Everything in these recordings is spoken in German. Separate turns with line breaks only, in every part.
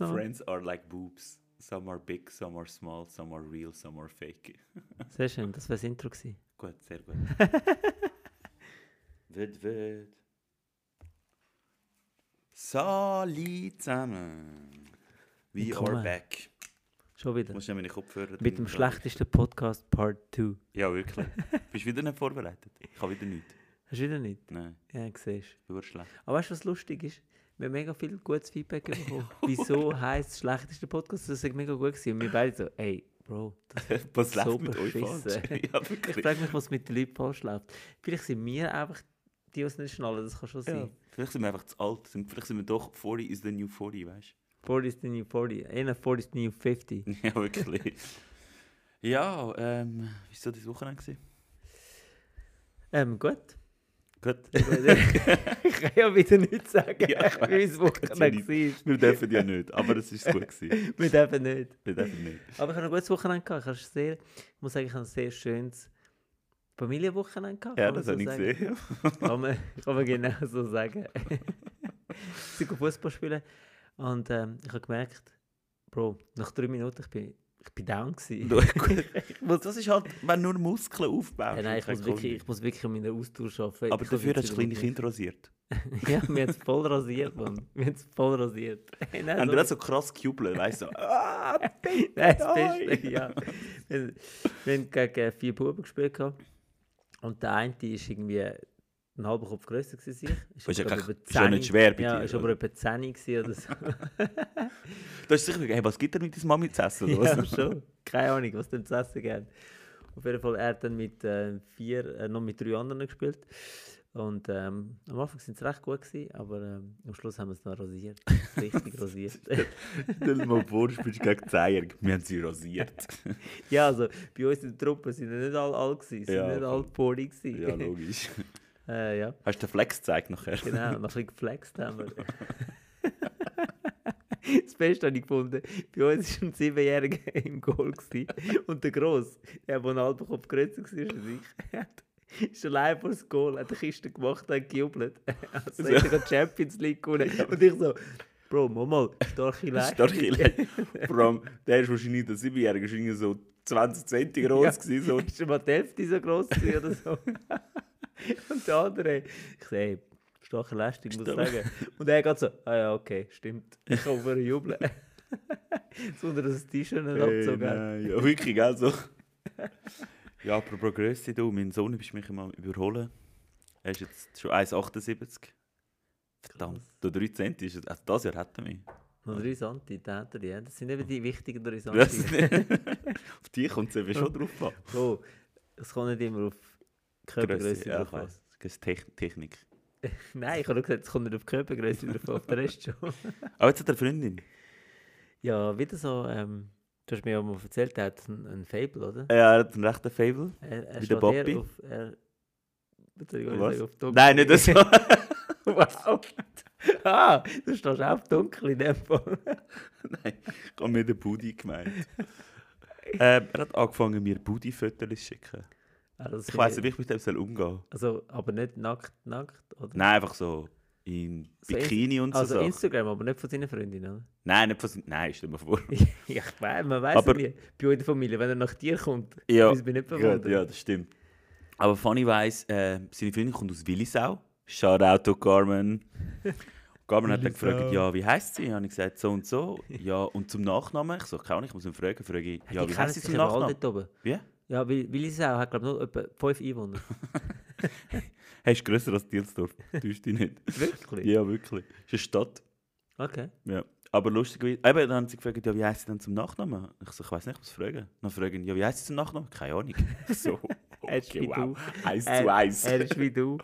Ja.
Friends are like boobs. Some are big, some are small, some are real, some are fake.
Sehr schön, das war das Intro. Gewesen.
gut, sehr gut. Wit, wit. Sali zusammen. We are
Willkommen.
back.
Schon wieder.
Muss ich meine Kopfhörer drin
Mit dem
dran-
schlechtesten Podcast Part 2.
Ja, wirklich. Bist wieder nicht vorbereitet? Ich habe wieder nichts.
Hast du wieder nicht?
Nein,
Ja, siehst
ich bin verdammt schlecht.
Aber weißt du, was lustig ist? Wir haben mega viel gutes Feedback bekommen. Wieso heisst es schlechteste Podcast? Das ist mega gut gewesen. Und wir beide so, ey, Bro, das
Was
So
läuft mit euch
beschissen.
falsch? ja, wirklich.
Ich frage mich, was mit den Leuten falsch läuft. Vielleicht sind wir einfach die, die es nicht schnallen, das kann schon sein.
Ja, vielleicht sind wir einfach zu alt. Sind- Vielleicht sind wir doch 40 is the new 40, weißt
40 is the new 40. Einer 40 is the new 50.
du? Ja, wirklich. ja, ähm, wie war das Wochenende? gewesen?
Ähm, gut.
Gut.
ich kann ja wieder nichts sagen,
Ja, ich
wie es Wochenende
Jetzt
war.
Wir dürfen ja nicht, aber es ist gut gewesen.
Wir dürfen nicht.
Wir dürfen nicht.
Aber ich habe ein gutes Wochenende gehabt. Ich, habe sehr, ich muss sagen, ich habe ein sehr schönes Familienwochenende gehabt.
Ja,
kann man
das
so
habe ich
sagen.
gesehen.
Kann man, kann man genau so sagen. Sie gehen Fußball spielen. Und ähm, ich habe gemerkt, Bro, nach drei Minuten, ich bin, ich bin down gewesen.
Du, gut. Das ist halt, wenn nur Muskeln aufbauen.
Ja, nein, ich muss, wirklich, ich muss wirklich an meiner Ausdauer arbeiten.
Aber
Ich habe
dafür
jetzt
hast du
wieder
kleine
mal-
Kinder rasiert.
Ja, wir haben es voll rasiert, Mann. Wir haben es voll rasiert. Hey, nein,
Haben
so-
wir so krass gejubelt, weißt du? so, Ah,
Nein, das
Nein.
Beste, ja. Wir, wir haben gegen vier Buben gespielt. gehabt. Und der eine die ist irgendwie einen halben Kopf grösser als ich. Ist
Ist ja
aber
kein-
etwa
ist ja
10.
nicht schwer bei
Ja,
dir,
ist aber
oder?
etwa 10 gewesen oder so.
da ist sicher, hey, was gibt er mit deiner Mami zu essen? Oder
ja,
was?
schon. Keine Ahnung, was dem zu essen gern. Auf jeden Fall, er hat dann mit äh, vier, äh, noch mit drei anderen gespielt. Und ähm, am Anfang sind es recht gut gewesen, aber ähm, am Schluss haben wir es noch rasiert. Richtig rasiert.
Stell dir mal vor, du bist gegen Zeier. Wir haben sie rasiert.
ja, also bei uns in der Truppe sind ja nicht alle alt gewesen, sind
Ja,
nicht
voll.
alle Poli gewesen.
Ja, logisch.
äh, ja.
Hast du den Flex gezeigt nachher?
Genau, noch ein bisschen geflext haben wir. Das Beste habe ich gefunden. Bei uns war ein Siebenjähriger im Goal. Gewesen. Und der Gross, der, der einen halben Kopf größer war als ich, hat- ist allein vor das Goal, hat eine Kiste gemacht und gejubelt. Also
Ja.
hätte er die Champions League gewonnen. Und ich so, Bro, mach mal, starke Leistung.
Starke Leute. Vor allem, der ist wahrscheinlich der Siebenjährige, ist irgendwie so 20 cm groß
Ja.
gewesen. So.
Ist schon mal die Hälfte so gross gewesen oder so. Und der andere, ich sehe, ey, starke Leistung, muss ich
Stark.
sagen. Und er geht so, ah ja, okay, stimmt. Ich kann über jubeln. Sondern das T-Shirt nicht
Hey,
abgezogen hat.
nein, ja, wirklich, also. gell, so. Ja, apropos Größe, du, mein Sohn, bist mich mal überholen. Er ist jetzt schon 1,78. Verdammt, der 3 cm ist jetzt- also das Jahr hätte mich.
Noch drei Santi, die hat er, ja. Das sind eben die wichtigen drei
Das,
Santi.
auf die kommt es eben schon drauf an.
Oh, es kommt nicht immer auf Körpergröße
ja,
drauf
ich
an.
weiss. Das ist Techn- Technik.
Nein, ich habe nur gesagt, es kommt nicht auf Körpergröße drauf an, auf den Rest schon.
Aber jetzt hat er eine Freundin.
Ja, wieder so, ähm, du hast mir ja mal erzählt, er hat ein, ein Fable, oder?
Ja, Äh, er hat einen rechten Fable.
Er, er
Wie der
steht
Bobby?
eher auf. Er, Entschuldigung,
Was?
ich sage auf dunkel.
Nein, nicht so.
wow. Ah, du stehst auch auf dunkel in dem Fall.
Nein, ich habe mir den Budi gemeint. ähm, er hat angefangen, mir Budi-Fotos zu schicken.
Ah, das
Ich
finde
weiss nicht, wie ich mit dem soll umgehen soll.
Also, aber nicht nackt, nackt. Oder?
Nein, einfach so in
So Inst-
Bikini und so.
also
Sachen.
Instagram, aber nicht von seinen Freundinnen, oder?
Nein, nicht von Nein, stell mir vor.
ja, ich weiß, man weiß
Aber-
nie. Bei euch in der Familie, wenn er nach dir kommt,
Ja,
ist bin nicht
gut,
verwundert.
ja, das stimmt. Aber Fanny weiss, äh, seine Freundin kommt aus Willisau. Shoutout an Carmen. Carmen hat dann
Willisau.
gefragt, ja, wie heisst sie? Habe ich gesagt, so und so. Ja, und zum Nachnamen? Ich so, keine Ahnung, ich muss ihn fragen. Frage ich, ja,
die
wie
kennen
heisst sie
sich
zum
aber alle
Nachnamen?
dort oben.
Wie?
Ja, weil Willisau hat, glaube ich, nur etwa fünf Einwohner.
Hey, ist grösser als Dielsdorf. Täuscht dich nicht.
Wirklich?
ja, wirklich. Ist eine Stadt.
Okay.
Ja. Aber lustig, eben, dann haben sie gefragt, ja, wie heisst sie denn zum Nachnamen? Ich so, ich weiss nicht, ich muss fragen. Dann fragen, ja, wie heisst sie zum Nachnamen? Keine Ahnung. Ich So,
Er ist
okay,
wie
wow. Eins zu
Er,
eins.
er ist wie du.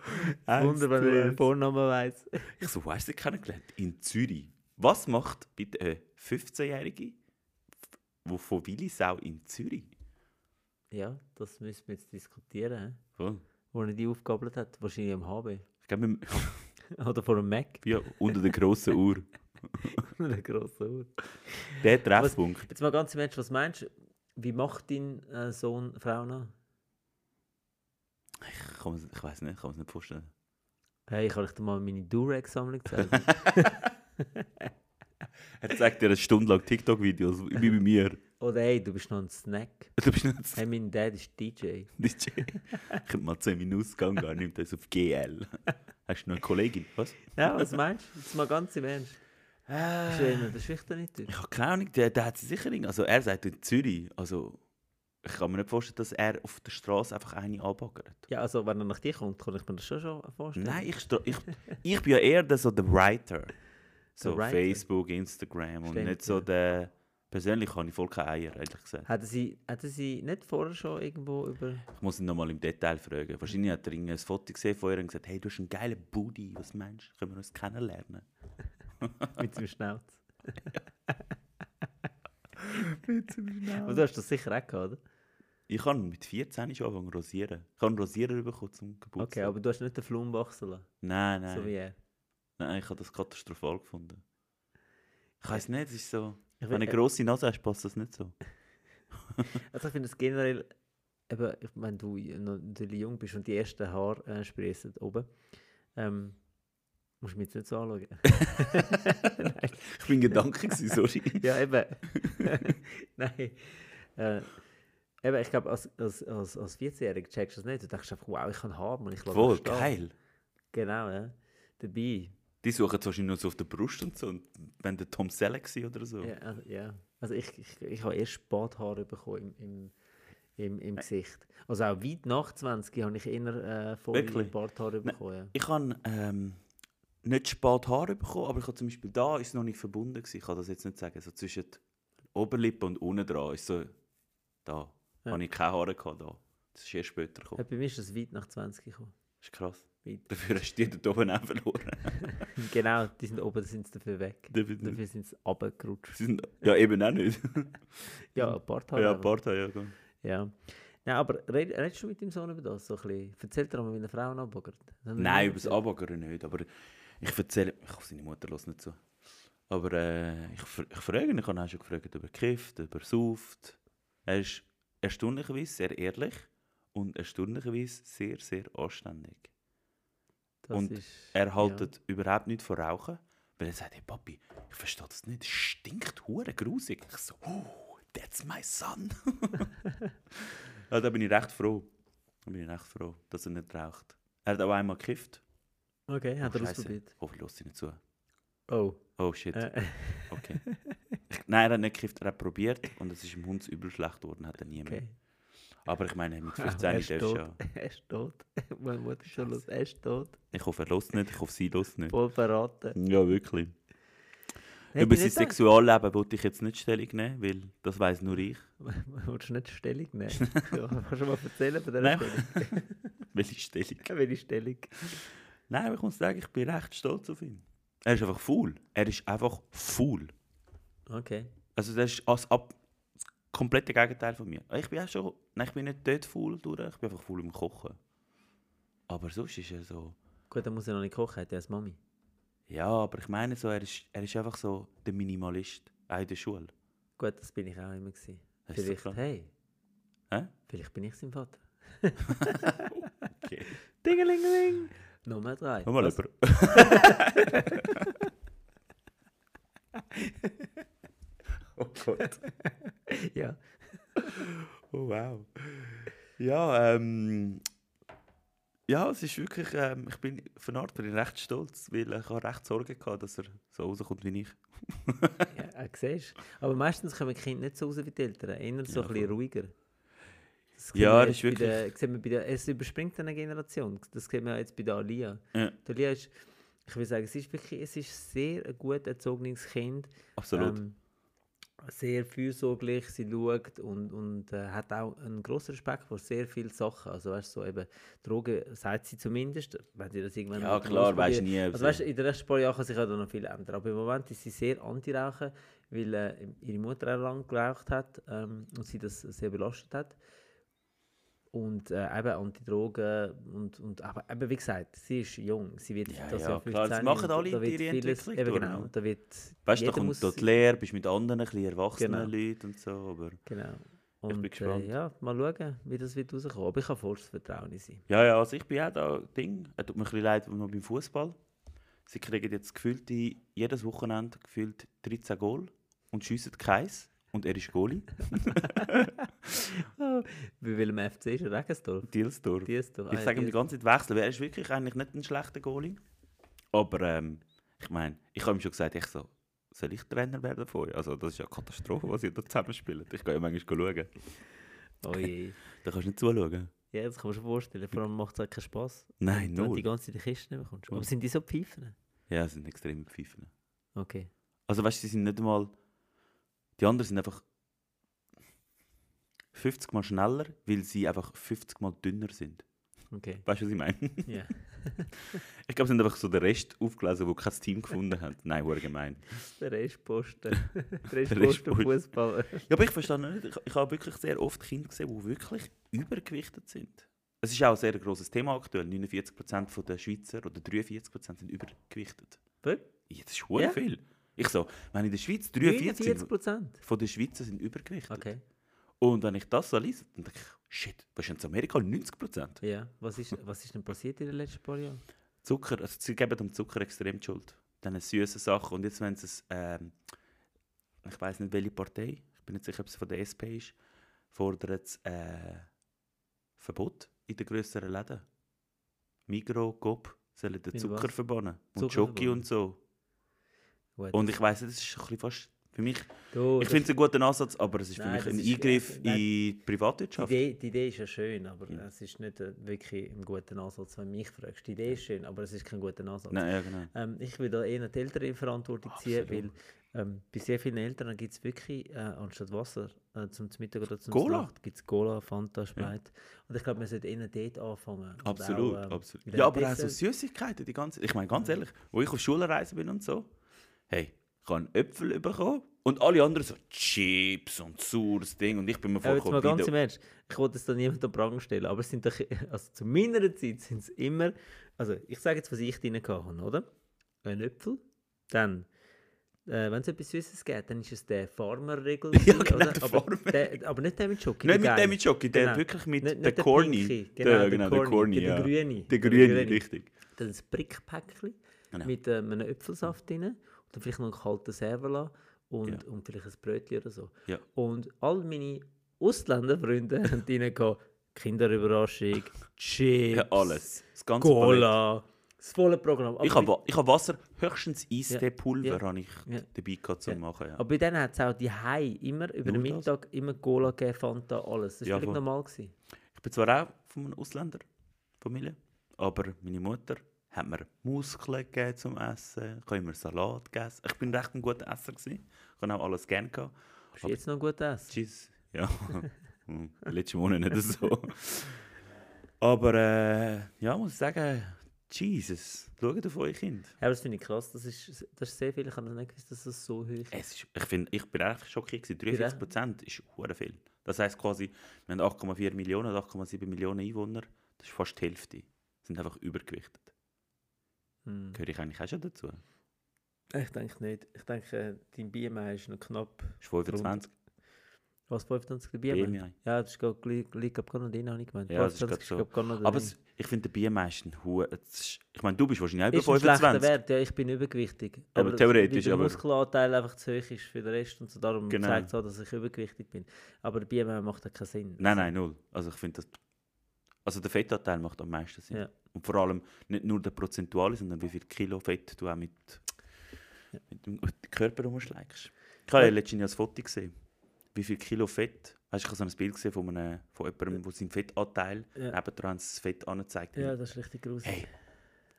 Eins
Wunder, wenn
zu
er den
eins.
Vornamen weiss.
Ich so, wo hast du sie kennengelernt? In Zürich. Was macht bitte eine 15-Jährige, die von Willisau in Zürich?
Ja, das müssen wir jetzt diskutieren. hä?
Voll.
Wo er die aufgabelt hat, wahrscheinlich im HB.
Ich glaube, wir-
Oder vor einem Mac.
ja, unter der grossen Uhr.
Eine grosse Uhr.
Der Treffpunkt.
Jetzt mal ganz im Ernst, was meinst du? Wie macht dein äh, Sohn Frauen an?
Ich, kann mir's- ich weiß nicht, ich kann es nicht vorstellen.
Hey, ich habe euch mal meine Durex-Sammlung gezeigt.
Er zeigt dir eine Stunde lang TikTok-Videos, wie bei mir.
Oder hey, du bist noch ein Snack.
Du bist nicht so
Hey, mein Dad ist DJ.
DJ. Ich könnte mal 10 Minuten Ausgang gehen, nimmt das auf GL. Hast du noch eine Kollegin? Was?
Ja, Äh. was meinst du? Jetzt mal ganz im Ernst. Ist ja immer der schüchterne Typ.
Ah. Ich habe keine Ahnung, der, der hat sie sicher irgendwie. Also er sagt in Zürich, also ich kann mir nicht vorstellen, dass er auf der Straße einfach eine anbaggert.
Ja, also wenn er nach dir kommt, kann ich mir das schon, schon vorstellen.
Nein, ich, stra- ich, ich bin ja eher der, so der Writer. So
Der Writer.
Facebook, Instagram und
Stimmt,
nicht so
ja.
der... Persönlich habe ich voll keine Eier, ehrlich gesagt.
Hätten sie, hätten sie nicht vorher schon irgendwo über...
Ich muss ihn nochmal im Detail fragen. Wahrscheinlich hat er irgendwie ein Foto gesehen von ihr und gesagt, hey, du hast einen geilen Booty, was meinst du? Können wir uns kennenlernen?
mit dem Schnauz.
Mit dem
Aber du hast das sicher auch gehabt, oder?
Ich kann mit 14 schon anfangen zu rasieren. Ich habe einen Rasierer bekommen zum Geburtstag.
Okay, aber du hast nicht den Flum wachsen lassen,
Nein, nein.
so wie er.
Nein, ich habe das katastrophal gefunden. Ich weiß nicht, es ist so.
Ich
Wenn eine
will-
grosse Nase hast, passt das nicht so.
also ich finde es generell... Eben, ich meine, du noch- natürlich jung bist und die ersten Haare äh, sprießen oben. Ähm, musst du mich jetzt nicht so anschauen. Nein.
Ich bin Gedanken, gewesen, sorry.
Ja, eben. Nein. Äh, eben, ich glaube, als, als, als, als 14-Jähriger checkst du das nicht. Du denkst einfach, wow, ich kann haben und ich lasse
Voll
das stehen.
geil.
Genau, ja. Dabei.
Die suchen es wahrscheinlich nur so auf der Brust und so. Und wenn der Tom Selleck war oder so.
Ja, also, ja. also ich, ich, ich habe erst spät Haare bekommen im, im, im,
Äh.
im Gesicht. Also auch weit nach 20 habe ich eher äh, voll
Wirklich?
Barthaare bekommen. Ja.
Ich habe ähm, nicht spät Haare bekommen, aber ich habe zum Beispiel da ist es noch nicht verbunden. Gewesen. Ich kann das jetzt nicht sagen. So zwischen Oberlippe und unten dran ist so da.
Ja.
Habe ich keine Haare gehabt. Da. Das ist erst später gekommen.
Ja, bei mir ist das weit nach 20 gekommen.
Das ist krass.
Weit.
Dafür hast du die dort oben auch verloren.
genau, die sind oben, sind sie dafür weg.
Dafür nicht.
Dafür sind sie runtergerutscht.
Sie sind, ja, eben auch nicht.
Ja, Barthaare.
ja,
aber-
Partei, ja. Komm.
Ja. Nein, aber red, redest du mit deinem Sohn über das? So ein bisschen? Erzählt er mal, wie eine Frau anbaggert? Also,
Nein, über das Abagern nicht. Aber ich erzähle. Ich hoffe, seine Mutter hört nicht zu. Aber äh, ich, fr- ich frage ihn. Ich habe auch schon gefragt, ob er kifft, ob er sauft. Er ist erstaunlicherweise sehr ehrlich und erstaunlicherweise sehr, sehr anständig.
Das
und
ist-
Er haltet überhaupt nicht von Rauchen, weil er sagt: Hey Papi, ich verstehe das nicht. Es stinkt hure grusig. Ich so: Oh, that's my son. ja, da bin ich recht froh. Da bin ich recht froh, dass er nicht raucht. Er hat auch einmal gekifft.
Ja. Okay, hat er
Scheisse.
ausprobiert.
Hoffentlich lässt sie nicht zu.
Oh.
Oh shit,
Äh,
okay. Nein, er hat nicht gekifft, er hat probiert und es ist im Hund übel schlecht geworden, hat er nie mehr.
okay.
Aber ich meine, mit
Ah,
15 darfst
er, ist
du
tot.
ja.
er ist tot. Meine Mutter ist schon los. Er ist tot.
Ich hoffe, er lässt nicht, ich hoffe, sie lässt nicht.
Voll verraten.
Ja, wirklich.
Hätte
Über
ich
sein
nicht gedacht.
Sexualleben wollte ich jetzt nicht Stellung nehmen, weil das weiß nur ich.
Willst du nicht Stellung nehmen? ja, kannst du mal erzählen bei dieser
Nein.
Stellung?
Welche Stellung?
Welche Stellung?
Nein, aber ich muss sagen, ich bin recht stolz auf ihn. Er ist einfach faul. Er ist einfach faul.
Okay.
Also das ist als ab das komplette Gegenteil von mir. Ah, Ich bin auch schon, nein, ich bin nicht dort faul durch, ich bin einfach faul im Kochen. Aber sonst ist er so,
Gut, dann muss er noch nicht kochen, hat er als Mami.
ja, aber ich meine so, er ist, er ist einfach so der Minimalist, auch in der Schule.
Gut, das bin ich auch immer. Gewesen.
Das ist so
Vielleicht,
klar.
hey,
Hä?
vielleicht bin ich sein Vater.
Okay.
Dingelingeling! Nummer drei.
Hör mal
Was?
über. oh Gott.
Ja.
Oh wow. Ja, ähm, ja, es ist wirklich, ähm, ich bin von Art bin ich recht stolz, weil ich habe recht Sorge gehabt, dass er so rauskommt wie ich.
Ja, äh, siehst du. Aber meistens kommen die Kinder nicht so raus wie die Eltern. Eher so
Ja,
ein bisschen
voll.
ruhiger. Das sieht
Ja,
man
das
jetzt
ist
bei
wirklich-
Der, sieht man bei der, es überspringt eine Generation. Das sieht man jetzt bei der Alia.
Ja.
Die Alia ist, ich will sagen, es ist wirklich es ist sehr ein gut erzogenes Kind.
Absolut.
Ähm, sehr fürsorglich, sie schaut und, und äh, hat auch einen grossen Respekt vor sehr vielen Sachen. Also weißt du, so eben, Drogen sagt sie zumindest, wenn sie das irgendwann
ja
mal
klar, weißt
ausprobieren.
du nie. ob
Also
sie-
weißt, du, in den nächsten paar Jahren kann sich ja da noch viel ändern. Aber im Moment ist sie sehr anti-Rauchen, weil äh, ihre Mutter auch lange geraucht hat ähm, und sie das sehr belastet hat. Und äh, eben Anti-Drogen und, und aber eben wie gesagt, sie ist jung, sie wird
Ja,
das
ja,
Jahr
klar,
15.
das machen
und
alle
da wird
ihre
vieles,
Entwicklung
eben
durch,
genau,
ne?
da wird
Weißt du, da
jeder
kommt
muss-
dort die Lehre, bist mit anderen, ein bisschen erwachsenen
Genau.
Leuten und so, aber...
genau. Und,
bin gespannt.
Äh, ja, mal schauen, wie das wird rauskommen. Aber ich habe volles Vertrauen in sie.
Ja, ja, also ich bin auch da Ding. Es tut mir ein bisschen leid noch beim Fußball. Sie kriegen jetzt gefühlt die- jedes Wochenende gefühlt 13 Goal und schiessen keins. Und er ist Goalie.
Oh, bei welchem FC ist er? Regensdorf? ah,
Dielsdorf.
Diesdorf.
Ich sage ihm die ganze Zeit wechseln, weil er ist wirklich eigentlich nicht ein schlechter Goalie. Aber ähm, ich meine, ich habe ihm schon gesagt, ich so, soll ich Trainer werden vorher? Also das ist ja eine Katastrophe, was ihr da zusammenspielt. Ich gehe ja manchmal schauen.
Oh je.
Da kannst du nicht zuschauen.
Ja, das kann man schon vorstellen. Vor allem macht es auch keinen Spass.
Nein,
Wenn du die
null.
ganze Zeit die Kiste nicht bekommst. Aber sind die so pfeifen?
Ja, es sind extreme Pfeifen.
Okay.
Also weißt du, sie sind nicht einmal... Die anderen sind einfach 50 Mal schneller, weil sie einfach 50 Mal dünner sind.
Okay.
Weißt du, was ich meine?
Ja.
Ich glaube, es sind einfach so der Rest aufgelesen, wo kein Team gefunden hat. Nein, hure gemein.
Der Restposten. Der Restposten
Restposten.
Fußballer.
Ja, aber ich verstehe nicht. Ich, ich habe wirklich sehr oft Kinder gesehen, die wirklich übergewichtet sind. Es ist auch ein sehr grosses Thema aktuell. 49% der Schweizer oder 43% sind übergewichtet. Ja, das ist
Ja.
ja. viel. Ich so, wenn in der Schweiz 43%
49
sind,
Prozent.
von den Schweizer sind übergewichtet.
Okay.
Und wenn ich das so lese, dann denke ich, shit, was ist in Amerika 90%?
Ja. Was ist, was ist denn passiert in den letzten paar Jahren?
Zucker, also sie geben dem Zucker extrem die Schuld. Dann süße Sachen. Und jetzt, wenn es, ähm, ich weiß nicht, welche Partei, ich bin nicht sicher, ob es von der SP ist, fordert es äh, Verbot in den grösseren Läden. Migro, Coop sollen den
In
Zucker
was?
verbannen. Und
Zucker
Schoki
verbannen.
und so.
Gut.
Und ich weiß, das ist ein bisschen fast für mich. Ich
Du, Oh, das-
finde es einen guten Ansatz, aber es ist für
Nein,
mich
das
ein
ist-
Eingriff
nein.
in die
die
Privatwirtschaft.
Idee, die Idee ist ja schön, aber
Ja.
es ist nicht äh, wirklich ein guter Ansatz, wenn du mich fragst. Die Idee ist schön, aber es ist kein guter Ansatz.
Nein, ja, genau.
Ähm, ich will da eher die Eltern in Verantwortung ziehen, weil ähm, bei sehr vielen Eltern gibt es wirklich, äh, anstatt Wasser äh, zum Mittag oder zum
Cola.
gibt es Cola, Fanta, Sprite. Und ich glaube, man sollte eher dort anfangen. Und
Absolut,
auch, ähm, Mhm.
absolut.
in
Ja,
den
aber also auch so
Dessert-
Süßigkeiten, die ganze Ich meine, ganz ehrlich, wo ich auf Schulreise bin und so, hey, ich habe einen Äpfel bekommen und alle anderen so Chips und saures Ding und ich bin mir
Ja, Äh, jetzt mal
vorgekommen,
ganz im
wieder-
Ernst, ich wollte es da niemandem Pranger stellen, aber es sind doch, also zu meiner Zeit sind es immer, also ich sage jetzt, was ich drin hatte, oder? Ein Äpfel, dann, äh, wenn es etwas Süßes gibt, dann ist es der Farmer-Regel.
Ja,
gewesen,
genau,
oder?
der
aber,
Farmer.
der, aber nicht der mit Schoki.
Nicht mit
geile.
dem mit Schoki, der
Genau.
wirklich mit
Nicht- nicht
der
der
Corny.
Pinky,
Der-
genau, der
der
Corny,
Corny,
der
ja.
Grüne,
Der
der
Grüne,
Grüne.
richtig.
Dann ein Brickpäckchen
Genau.
mit ähm, einem Äpfelsaft drin und dann vielleicht noch einen kalten Serverla und,
Ja.
und vielleicht ein Brötchen oder so.
Ja.
Und all meine Ausländerfreunde haben drin gehabt, Kinderüberraschung, Chips,
Ja, alles. Das ganze Palett.
Cola, das volle Programm. Aber
Ich habe, Wa- ich habe Wasser, höchstens
Ja,
Eistee-Pulver
ja,
habe ich
ja.
dabei gehabt, zum
Ja.
machen. Ja.
Aber bei denen hat es auch die Hai immer über den
Nur das.
Mittag immer Cola gegeben, Fanta, alles. Das war
Ja,
völlig
voll.
normal. Gewesen.
Ich bin zwar auch von einer Ausländerfamilie, aber meine Mutter hat mir Muskeln gegeben zum Essen, ich habe immer Salat gegessen. Ich bin recht ein guter Esser gewesen. Ich habe auch alles gerne gehabt.
Bist du
Aber-
jetzt noch gut essen?
Tschüss. Ja, Hm, letzten Monat nicht so. Aber äh, ja, muss ich sagen, Jesus, schaut auf eure Kinder.
Ja, aber das finde ich krass. Das ist, das ist sehr viel. Ich habe das nicht gewusst, dass das so hoch ist.
Es ist, ich, find, ich bin echt schockiert. gewesen.
Bei der-
43 Prozent ist hure viel. Das heisst quasi, wir haben 8,4 Millionen oder 8,7 Millionen Einwohner. Das ist fast die Hälfte. Sind einfach übergewichtet.
Hm.
Gehöre ich eigentlich auch schon dazu?
Ich denke nicht. Ich denke, äh, dein BMI ist noch knapp.
Ist 25
Was, 25 der BMI?
BMI.
Ja, das ist gerade gleich, gleich glaub, Kanadien, habe ich gemeint.
Ja, das ist
25
gerade so.
glaub, Kanada
Aber
drin.
es, ich finde, der BMI ist ein Hu. es ist- Ich meine, du bist wahrscheinlich auch über
ist ein schlechter
25.
Wert, ja, ich bin übergewichtig.
Aber
das-
theoretisch,
weil der
aber-
Muskelanteil einfach zu hoch ist für den Rest und so, darum
Genau.
zeigt es auch, dass ich übergewichtig bin. Aber der BMI macht ja keinen Sinn.
Nein, nein, null. Also ich finde, das- also der Fettanteil macht am meisten Sinn.
Ja.
Und vor allem nicht nur der prozentuale, sondern wie viel Kilo Fett du auch mit, mit dem mit dem Körper rumschlägst. Ich habe ja. letztens ja ein Foto gesehen. Wie viel Kilo Fett? Weißt du, ich habe so ein Bild gesehen von, einem, von jemandem, der seinen Fettanteil
Ja.
nebendran haben sie das Fett angezeigt.
Ja, das ist richtig gruselig.
Hey,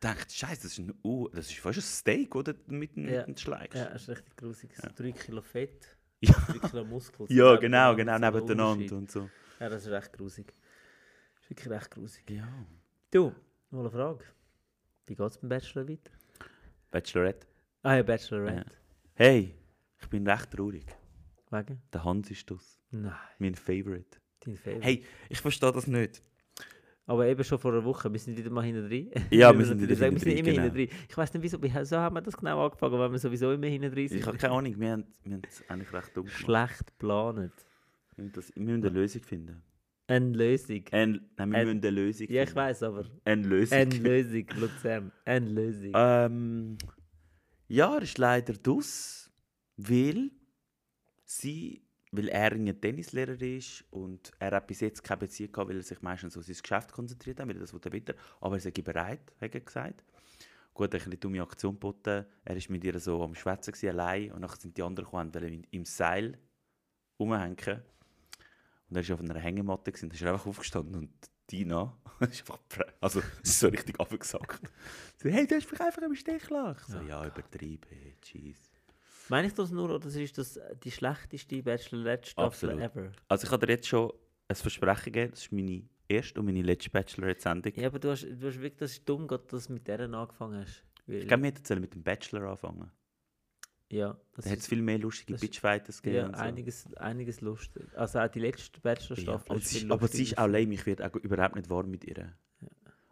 denkt, Scheiße, das ist ein U, das ist fast ein Steak, oder mit dem
Ja.
ja. schlägst.
Ja, das ist richtig gruselig. So 3 Kilo Fett,
Ja.
3 Kilo Muskel.
Ja,
so
genau, genau,
nebeneinander, so ein
nebeneinander
Unterschied.
und so.
Ja, das ist recht gruselig. Das ist wirklich recht gruselig.
Ja.
Du, mal eine Frage. Wie geht es beim Bachelor weiter?
Bachelorette.
Ah ja, Bachelorette.
Hey, ich bin recht traurig.
Wegen?
Der Hans ist das.
Nein,
Mein Favorite.
dein Fehler.
Hey, ich verstehe das nicht.
Aber eben schon vor einer Woche, wir sind wieder mal hinten drin.
Ja,
Wie
wir
man
sind
natürlich
wieder
sagt, wir
hinten drin,
sind
genau.
immer hinten drin. Ich weiß nicht, wieso, wieso haben wir das genau angefangen, weil wir sowieso immer hinten drin
Ich
sind.
habe keine Ahnung, wir haben, wir haben es eigentlich recht dumm gemacht.
Schlecht geplant.
Wir müssen das- wir müssen eine Lösung finden.
Eine Lösung.
Ein, nein, wir
Ein-
müssen eine Lösung
Ja, ich
finden.
weiß, aber
Eine Lösung.
eine Lösung, Luzern. Eine Lösung.
Ähm, ja, er ist leider dus, weil sie, weil er ein Tennislehrer ist und er hat bis jetzt keine Beziehung gehabt, weil er sich meistens auf sein Geschäft konzentriert hat, weil er das wollte weiter. Aber er sei bereit, hat er gesagt. Gut, er hat eine dumme Aktion geboten. Er ist mit ihr so am Schwätzen gewesen, allein und nachher sind die anderen gekommen, weil ihn im Seil rumhängen. Und er ist auf einer Hängematte gewesen. Dann ist er einfach aufgestanden und Dina ist einfach, pre- also sie ist so richtig abgesackt. So, hey, du hast mich einfach im Stich gelassen. So, ja, übertrieben, hey, jeez.
Meine ich das nur, oder ist das äh, die schlechteste Bachelorette-Staffel
Absolut.
ever?
Also ich habe dir jetzt schon ein Versprechen gegeben, das ist meine erste und meine letzte Bachelorette-Sendung.
Ja, aber du hast, du hast wirklich, das ist dumm, dass du das mit deren angefangen hast. Weil,
Ich glaube, wir hätten sollen mit dem Bachelor anfangen.
ja, das
Da hätte es
ist
viel mehr lustige
das ist-
Bitchfighters gegeben.
ja,
und so.
einiges, einiges lustig. Also auch die letzte
Ja,
Bachelor-Staffel
aber
ist
sie
viel
ist, aber sie
lustiger
ist auch lame, ich werde auch überhaupt nicht warm mit ihr.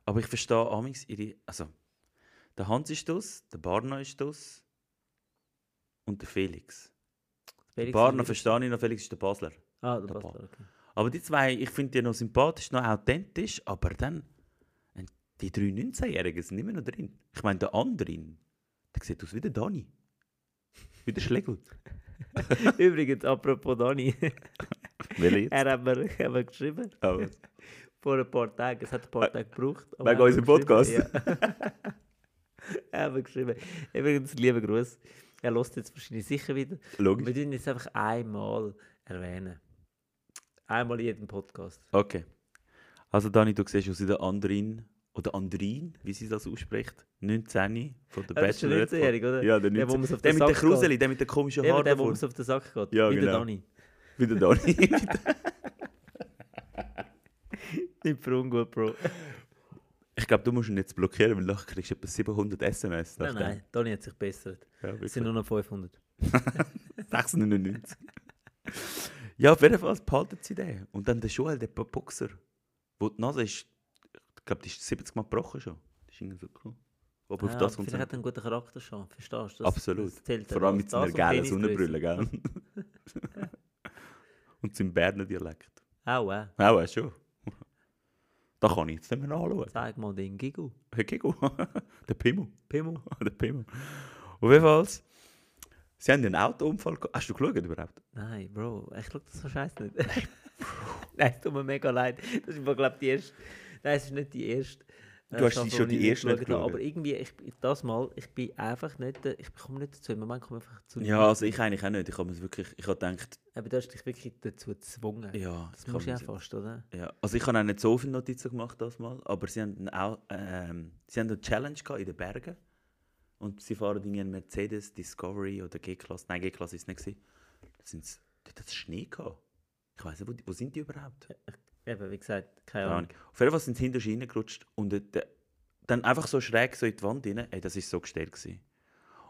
Aber ich verstehe amigs ihre. Also, der Hans ist das, der Barno ist das und der Felix.
gewesen. Felix
Der Barno
ist-
verstehe ich noch, Felix ist der Basler.
Ah, der
der
passt
Bar-
okay.
Aber die zwei, ich finde die noch sympathisch, noch authentisch, aber dann äh, die drei 19-Jährigen sind immer noch drin. Ich meine, der andere, der sieht aus wie der Dani. Wie der Schlegel.
Übrigens, apropos Dani,
Welcher jetzt?
er hat mir, hat mir geschrieben,
Oh.
vor ein paar Tagen, es hat ein paar Tage gebraucht. aber
Äh, Wegen
er hat
unserem
mir
Podcast?
geschrieben, Ja. er hat mir geschrieben. Übrigens, liebe Grüße, er lässt jetzt wahrscheinlich sicher wieder.
Logisch.
Wir tun jetzt einfach einmal erwähnen. Einmal in jedem Podcast.
Okay. Also Dani, du siehst aus wie der Andrin, oder Andrin, wie sie das ausspricht, 19 von der
Ah, das ist der
Bachelor.
19-Jährige, oder?
Ja, der
Der,
19
wo man's auf
der
den
mit der
Sack geht.
Kruseli, der mit der komischen
Eben
Haaren
der,
davor.
wo uns auf den Sack geht.
Ja,
wie der
genau.
Dani.
Wie der Dani.
Nicht für ungut, Bro.
ich glaube, du musst ihn jetzt blockieren, weil nachher kriegst du etwa 700 SMS.
Nein, nein, Dani hat sich bessert.
Ja,
Es
wirklich.
sind nur noch 500.
699. ja, auf jeden Fall behaltet sie den. Und dann der Joel, der Boxer, wo die Nase ist, ich glaube, die ist 70 Mal gebrochen schon. Das ist irgendwie so cool. Aber auf
Ja,
das kommt es
vielleicht hat er einen guten Charakter schon. Verstehst du?
Absolut.
zählt
Vor
dann
allem
als
mit seiner
das und
geilen
Penisgröße.
Sonnenbrille, gell? und seinem Berner Dialekt.
Au, äh.
Auch äh, schon. Da kann ich jetzt nicht mehr anschauen.
Zeig mal den Gigu.
Hey, Gigo. Der Pimmel.
Pimmel.
Der Pimmel. Auf jeden Fall, sie haben einen Autounfall gehabt. Hast du geschaut überhaupt?
Nein, Bro, ich schau das so scheiße nicht. Nein, es tut mir mega leid. Das ist, glaube ich, die erste. Nein, es ist nicht die erste. äh,
Du hast
Staffel,
schon
die
die
ich
erste nicht
geschaut habe.
geschaut.
Aber irgendwie, ich, das Mal, ich bin einfach nicht. äh, Ich komme nicht dazu. Im Moment komme ich einfach zu.
Ja, also ich eigentlich auch nicht. Ich habe es wirklich, ich habe gedacht,
Aber du hast dich wirklich dazu gezwungen.
ja.
Das
ich
musst du ja
habe-
fast, oder?
Ja, also ich habe auch nicht so viele Notizen gemacht das Mal, aber sie haben auch ähm, sie haben eine Challenge gehabt in den Bergen und sie fahren irgendwie einen Mercedes Discovery oder G-Klasse, nein G-Klasse ist nicht gewesen. Da sind sie, dort hat es Schnee gehabt. Ich weiß nicht, wo, die- wo sind die überhaupt?
Eben, wie gesagt,
Keine
keine Ahnung.
Ahnung. Auf jeden Fall sind sie hinter die Schiene gerutscht und äh, der- dann einfach so schräg so in die Wand rein. Ey, das ist so gestellt gewesen.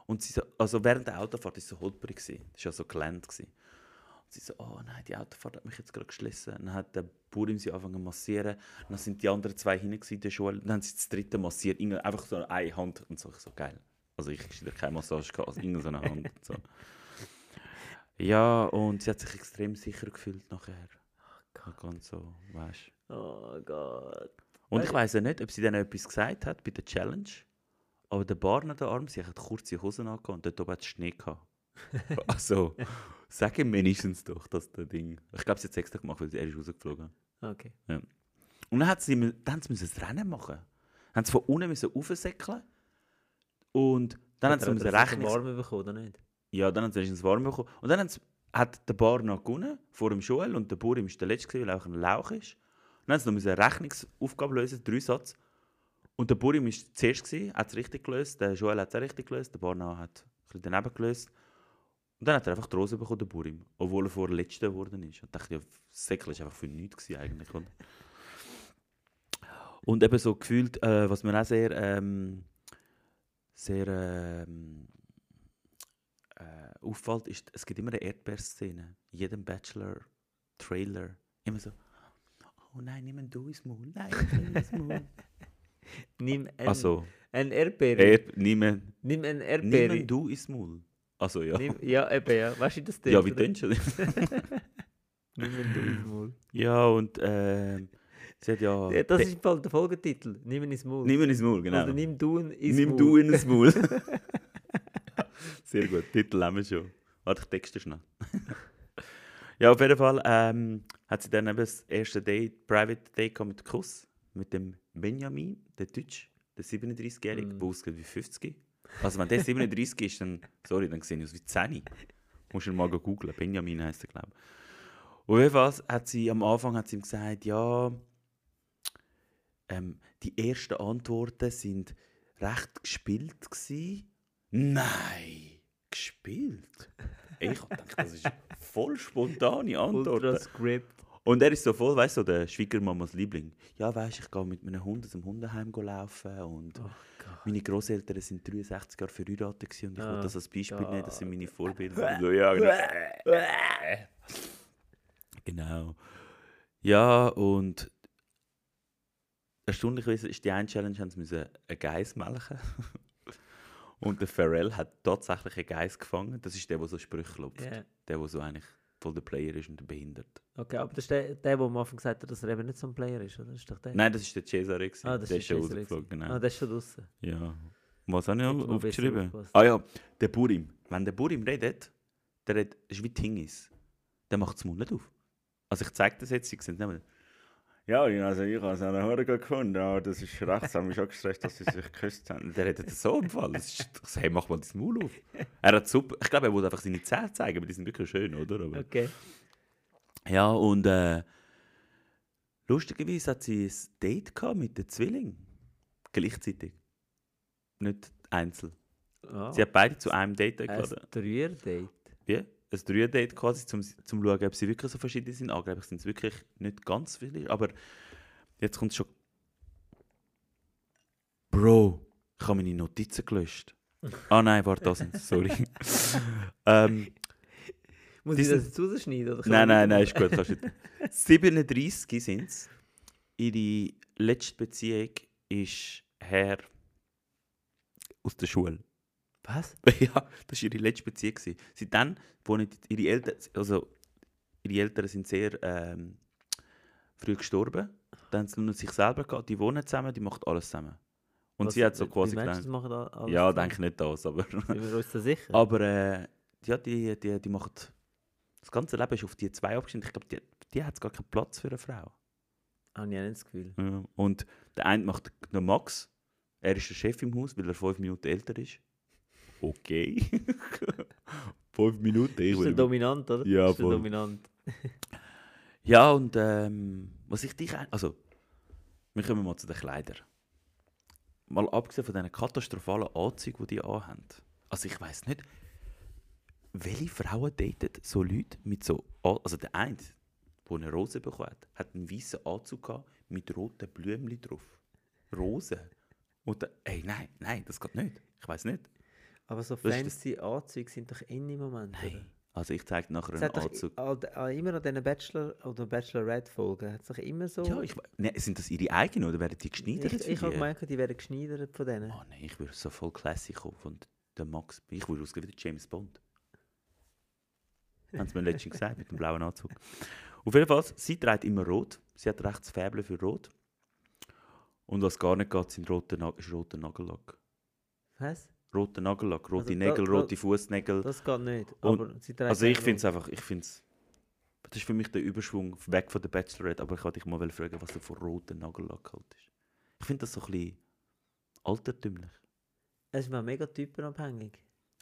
Und sie so, also während der Autofahrt ist es so holprig gewesen. Es war ja so gelähmt gewesen. Und sie so, oh nein, die Autofahrt hat mich jetzt gerade geschlissen. Dann hat der Burim sie angefangen zu massieren. Dann sind die anderen zwei hinten gewesen, der Joel. Dann haben sie das dritte massiert. Irgend- Einfach so eine Hand und so. Ich so, geil. Also ich hatte keine Massage, gehabt, also irgend so eine Hand. Und so. Ja, und sie hat sich extrem sicher gefühlt nachher. Ganz so, weißt du.
Oh Gott.
Und ich weiß ja nicht, ob sie dann etwas gesagt hat bei der Challenge. Aber der Barner, der Arm, sie hat kurze Hosen angehabt und dort oben hat es Schnee gehabt. also, sag ihm wenigstens doch, dass der Ding. Ich glaube, sie hat es extra gemacht, weil er ist rausgeflogen.
Okay.
Und dann, hat sie, mü- dann haben sie müssen ein Rennen machen. Haben sie von unten müssen raufsäckeln. Und dann haben
Hat
sie
er-
müssen
hat er sich
Rechnungs-
warm bekommen, oder nicht?
ja, dann haben sie ins Warme bekommen. Und dann haben sie, hat der Bar noch gewonnen, vor dem Joel, und der Burim war der Letzte, gewesen, weil er auch ein Lauch ist. Und dann haben sie noch eine Rechnungsaufgabe lösen, drei Satz. Und der Burim war zuerst, gewesen, hat es richtig gelöst, der Joel hat es auch richtig gelöst, der Barna hat ein bisschen daneben gelöst. Und dann hat er einfach die Rose bekommen, der Burim, obwohl er vor der Letzte geworden ist. Und ich dachte, ja, Säckel war einfach für nichts gewesen eigentlich. Oder? Und eben so gefühlt, äh, was mir auch sehr, ähm, sehr ähm, äh, auffällt, ist, es gibt immer eine Erdbeerszene. In jedem Bachelor-Trailer. Immer so, oh nein, nimm ihn du ins Maul, nein, nimm ihn ins Maul.
Nimm ein,
also,
ein Erdbeere.
er, nimm, ihn-
Nimm ein
nimm
Erdbeere.
ihn du ins Maul. Also ja.
Nimm, ja, eben, ja. Weißt du, das
ja, wie
tönt, oder?
tönst du das?
Nimm ihn ins Maul.
Ja, und ähm, sie hat ja.
Ja, Das ist bald der Folgetitel. Nimm ihn ins Maul.
Nimm ihn ins Maul, genau.
Oder nimm du ihn ins
Nimm
Maul.
du ihn ins Maul. Sehr gut, Titel haben wir schon. Warte, ich texte schnell. ja, auf jeden Fall ähm, hat sie dann eben das erste Date, Private Date gehabt mit Kuss, mit dem Benjamin, der Deutsch, der 37-Jährige,
Mm.
der aussieht wie 50. Also wenn der 37 ist, dann, sorry, dann sehe ich aus wie 10. Musst du ihn mal googeln, Benjamin heisst er, glaube ich. Auf jeden Fall hat sie am Anfang hat sie ihm gesagt, ja, ähm, die ersten Antworten sind recht gespielt gsi. Nein, gespielt? Ich hab gedacht, das ist voll spontane
Ultra
Antwort.
Script.
Und er ist so voll, weißt du, so der Schwiegermamas Liebling. Ja, weißt ich gehe mit meinem Hund aus dem Hundeheim go laufen und
Oh Gott.
meine Großeltern sind 63 Jahre verheiratet gsi und ich
Ah,
wollte das als Beispiel
Gott.
nehmen, das sind meine Vorbilder. Und so, ja, genau.
Eh.
genau. Ja, und erstaunlicherweise ist die eine Challenge, haben sie müssen einen Geiss melken. und der Pharrell hat tatsächlich einen Geiss gefangen. Das ist der, der so Sprüche klopft.
Ja.
Der, der so eigentlich voll der Player ist und der behindert.
Okay, aber das ist der, der, der am Anfang gesagt hat, dass er eben nicht so ein Player ist, oder? Das ist doch der.
Nein, das ist der Cesare. gewesen.
ah, das
der
ist der Cesare
rausgeflogen,
gewesen.
genau.
Ah, der ist schon draußen.
Ja. Was habe ich
Hätte
au-
man besser
aufgeschrieben?
aufgepasst.
Ah ja, der Burim. Wenn der Burim redet, der redet, ist wie Tingis. Der macht das Mund nicht auf. Also ich zeige das jetzt, Sie sehen es nicht mehr. Ja, also ich habe es an der gefunden, aber das ist rechts, haben mich schon gestresst, dass sie sich geküsst haben. Der redet so im Fall. Das ist, ich sage, hey, mach mal dein Maul auf. Er hat super, ich glaube, er wollte einfach seine Zähne zeigen, aber die sind wirklich schön, oder? Aber
Okay.
ja, und äh, lustigerweise hat sie ein Date gehabt mit den Zwillingen. Gleichzeitig. Nicht einzeln.
Ah,
Sie hat beide zu einem Date eingeladen.
ein Dreier-Date.
Wie? Ein Dreier-Date quasi, um zum zu schauen, ob sie wirklich so verschieden sind. Angeblich sind es wirklich nicht ganz viele, aber jetzt kommt schon. Bro, ich habe meine Notizen gelöscht. Ah nein, warte, da sind sie, sorry. ähm,
Muss
Die
ich
sind-
das jetzt rausschneiden? Oder kann
Nein,
man
nein,
das-
nein, ist gut. Kannst du- 37 sind es. Ihre letzte Beziehung ist Herr aus der Schule.
Was?
ja, das war ihre letzte Beziehung. gewesen. Seitdem wohnen die- ihre Eltern, also ihre Eltern sind sehr ähm, früh gestorben. Dann haben sie nur noch sich selber gehabt. Die wohnen zusammen, die macht alles zusammen. Und
Was-
sie hat so
wie-
quasi
wie Menschen
gedacht,
das machen da alles
ja,
zusammen?
denke nicht das, aber...
Sind wir uns da sicher?
Aber äh, ja, die, die, die macht. Das ganze Leben ist auf die zwei abgestimmt. Ich glaube, die, die hat gar keinen Platz für eine Frau.
Habe ich auch nicht das Gefühl.
Ja. Und der eine macht den Max. Er ist der Chef im Haus, weil er fünf Minuten älter ist. Okay. fünf Minuten, eh ich
Ist der
will.
dominant, oder?
Ja,
Ist der
voll.
dominant.
Ja, und ähm, was ich dich. ein- Also, wir kommen mal zu den Kleidern. Mal abgesehen von diesen katastrophalen Anzügen, die die anhaben. Also, ich weiß nicht, welche Frauen daten so Leute mit so. An- Also, der eine, der eine Rose bekommen hat, hat einen weißen Anzug gehabt mit roten Blümchen drauf. Rose. Und der, ey, nein, nein, das geht nicht. Ich weiß nicht.
Aber so
ist das-
fancy Anzüge sind doch eh in im Moment. oder?
Nein. Also, ich zeige dir nachher
Es
einen
hat doch
Anzug.
i- all- all- immer an diesen Bachelor- oder Bachelorette-Folgen hat es doch immer so...
Ja, ich, we- nein, sind das ihre eigenen oder werden die
ich,
geschneidert?
ich,
für
habe
die?
gemerkt, die werden geschneidert von denen.
Oh nein, ich würde so voll classy kommen von der Max. Ich würde ausgehen wie der James Bond. Haben sie mir letztens gesagt, mit dem blauen Anzug. Auf jeden Fall, sie trägt immer rot. Sie hat rechts Fäble für rot. Und was gar nicht geht, sind rote, Na ist roter Nagellack.
Was?
Roter Nagellack, rote
Also da-
Nägel,
da-
rote Fußnägel.
Das geht nicht.
Und-
aber sie tragen
Also ich finde es
Rock.
einfach, ich finde es... Das ist für mich der Überschwung weg von der Bachelorette, aber ich wollte dich mal fragen, was du von roten Nagellack haltest. Ich finde das so ein bisschen altertümlich.
Es ist mir mega typenabhängig.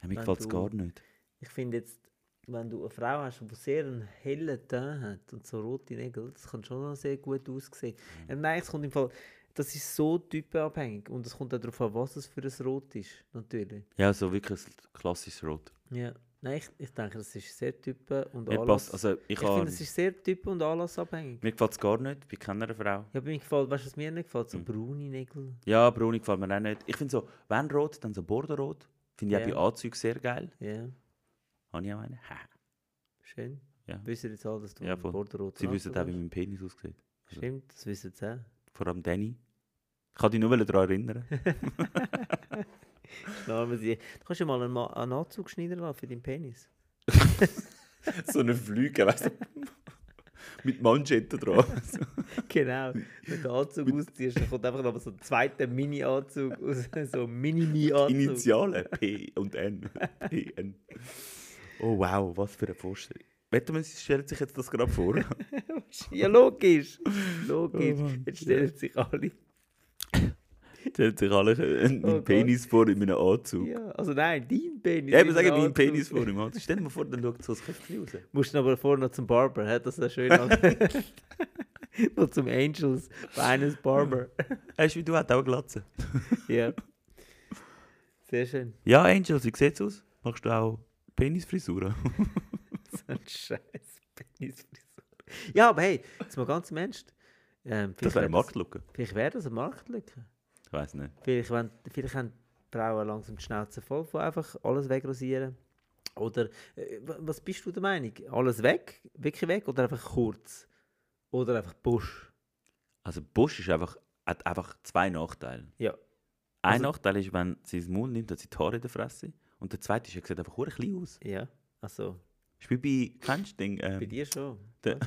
Ja, Mir
Wenn
gefällt es
du-
gar nicht.
Ich finde jetzt, wenn du eine Frau hast, die sehr einen hellen Ton hat und so rote Nägel, das kann schon noch sehr gut aussehen.
Mhm.
Ähm, nein, es kommt im Fall... Das ist so typenabhängig und es kommt auch darauf an, was es für ein Rot ist, natürlich.
Ja, so wirklich ein klassisches Rot.
Ja. Nein, ich, ich denke, das ist sehr typen- und
Mir passt, also ich,
Ich,
habe,
finde, es ist sehr typ- und anlassabhängig.
mir gefällt es gar nicht, bei keiner Frau.
Ja, bei mir gefällt, weißt du, was mir nicht gefällt?
Mhm.
So braune Nägel.
Ja, Bruni gefällt mir auch nicht. Ich finde so, wenn rot, dann so Bordeaux-Rot. Finde ich
Ja.
auch bei Anzügen sehr geil.
Ja,
Habe ich auch einen? Ha.
schön.
Ja.
Wissen jetzt alle, dass du
Ja,
ein
voll.
Bordeaux
Sie wissen auch, wie mein Penis aussieht.
Stimmt, das wissen sie auch.
Vor allem Danny. Ich kann dich nur daran erinnern.
Klar, aber sie- Du kannst ja mal einen, Ma- einen Anzug schneiden lassen für deinen Penis.
so eine Flüge, weißt du? mit Manschetten dran.
Genau. Wenn du Anzug ausziehst, dann kommt einfach noch so ein zweiter Mini-Anzug aus, so ein Mini-Mi-Anzug.
Initialen P und N. P, N. Oh wow, was für eine Vorstellung. Wette, man stellt sich jetzt das gerade vor.
Ja, logisch. Logisch.
Oh Mann.
Jetzt stellen sich alle.
stellt sich alle einen
Oh Gott.
Penis vor in meinem Anzug. Ja,
Ja, also nein, dein Penis.
eben sagen,
dein
meinen Penis vor im Anzug. Stell dir mal vor, dann schaut so das Köpfchen raus.
Musst du aber vorher noch zum Barber, hä? das ist schön. noch zum Angels bei eines Barber.
Hast du wie du, hat auch Glatze.
ja. Sehr schön.
Ja, Angels, wie sieht's aus? Machst du auch Penisfrisuren?
So ein scheiß Penisfrisur. Ja, aber hey, jetzt mal ganz im Ernst. Ähm,
Das wäre eine
vielleicht wär das-
Marktlücke.
Vielleicht wäre das eine Marktlücke.
Ich weiß nicht.
Vielleicht, wenn, vielleicht haben die Frauen langsam die Schnauze voll von einfach alles wegrasieren. Oder äh, wa- was bist du der Meinung? Alles weg? Wirklich weg? Oder einfach kurz? Oder einfach Busch?
Also Busch ist einfach, hat einfach zwei Nachteile.
Ja.
Ein
Also-
Nachteil ist, wenn sie den Mund nimmt, hat sie die Haare in der Fresse. Und der zweite ist, er sieht einfach hure klein aus.
Ja. Also,
Ist wie bei, kennst du den, ähm,
bei dir schon.
der-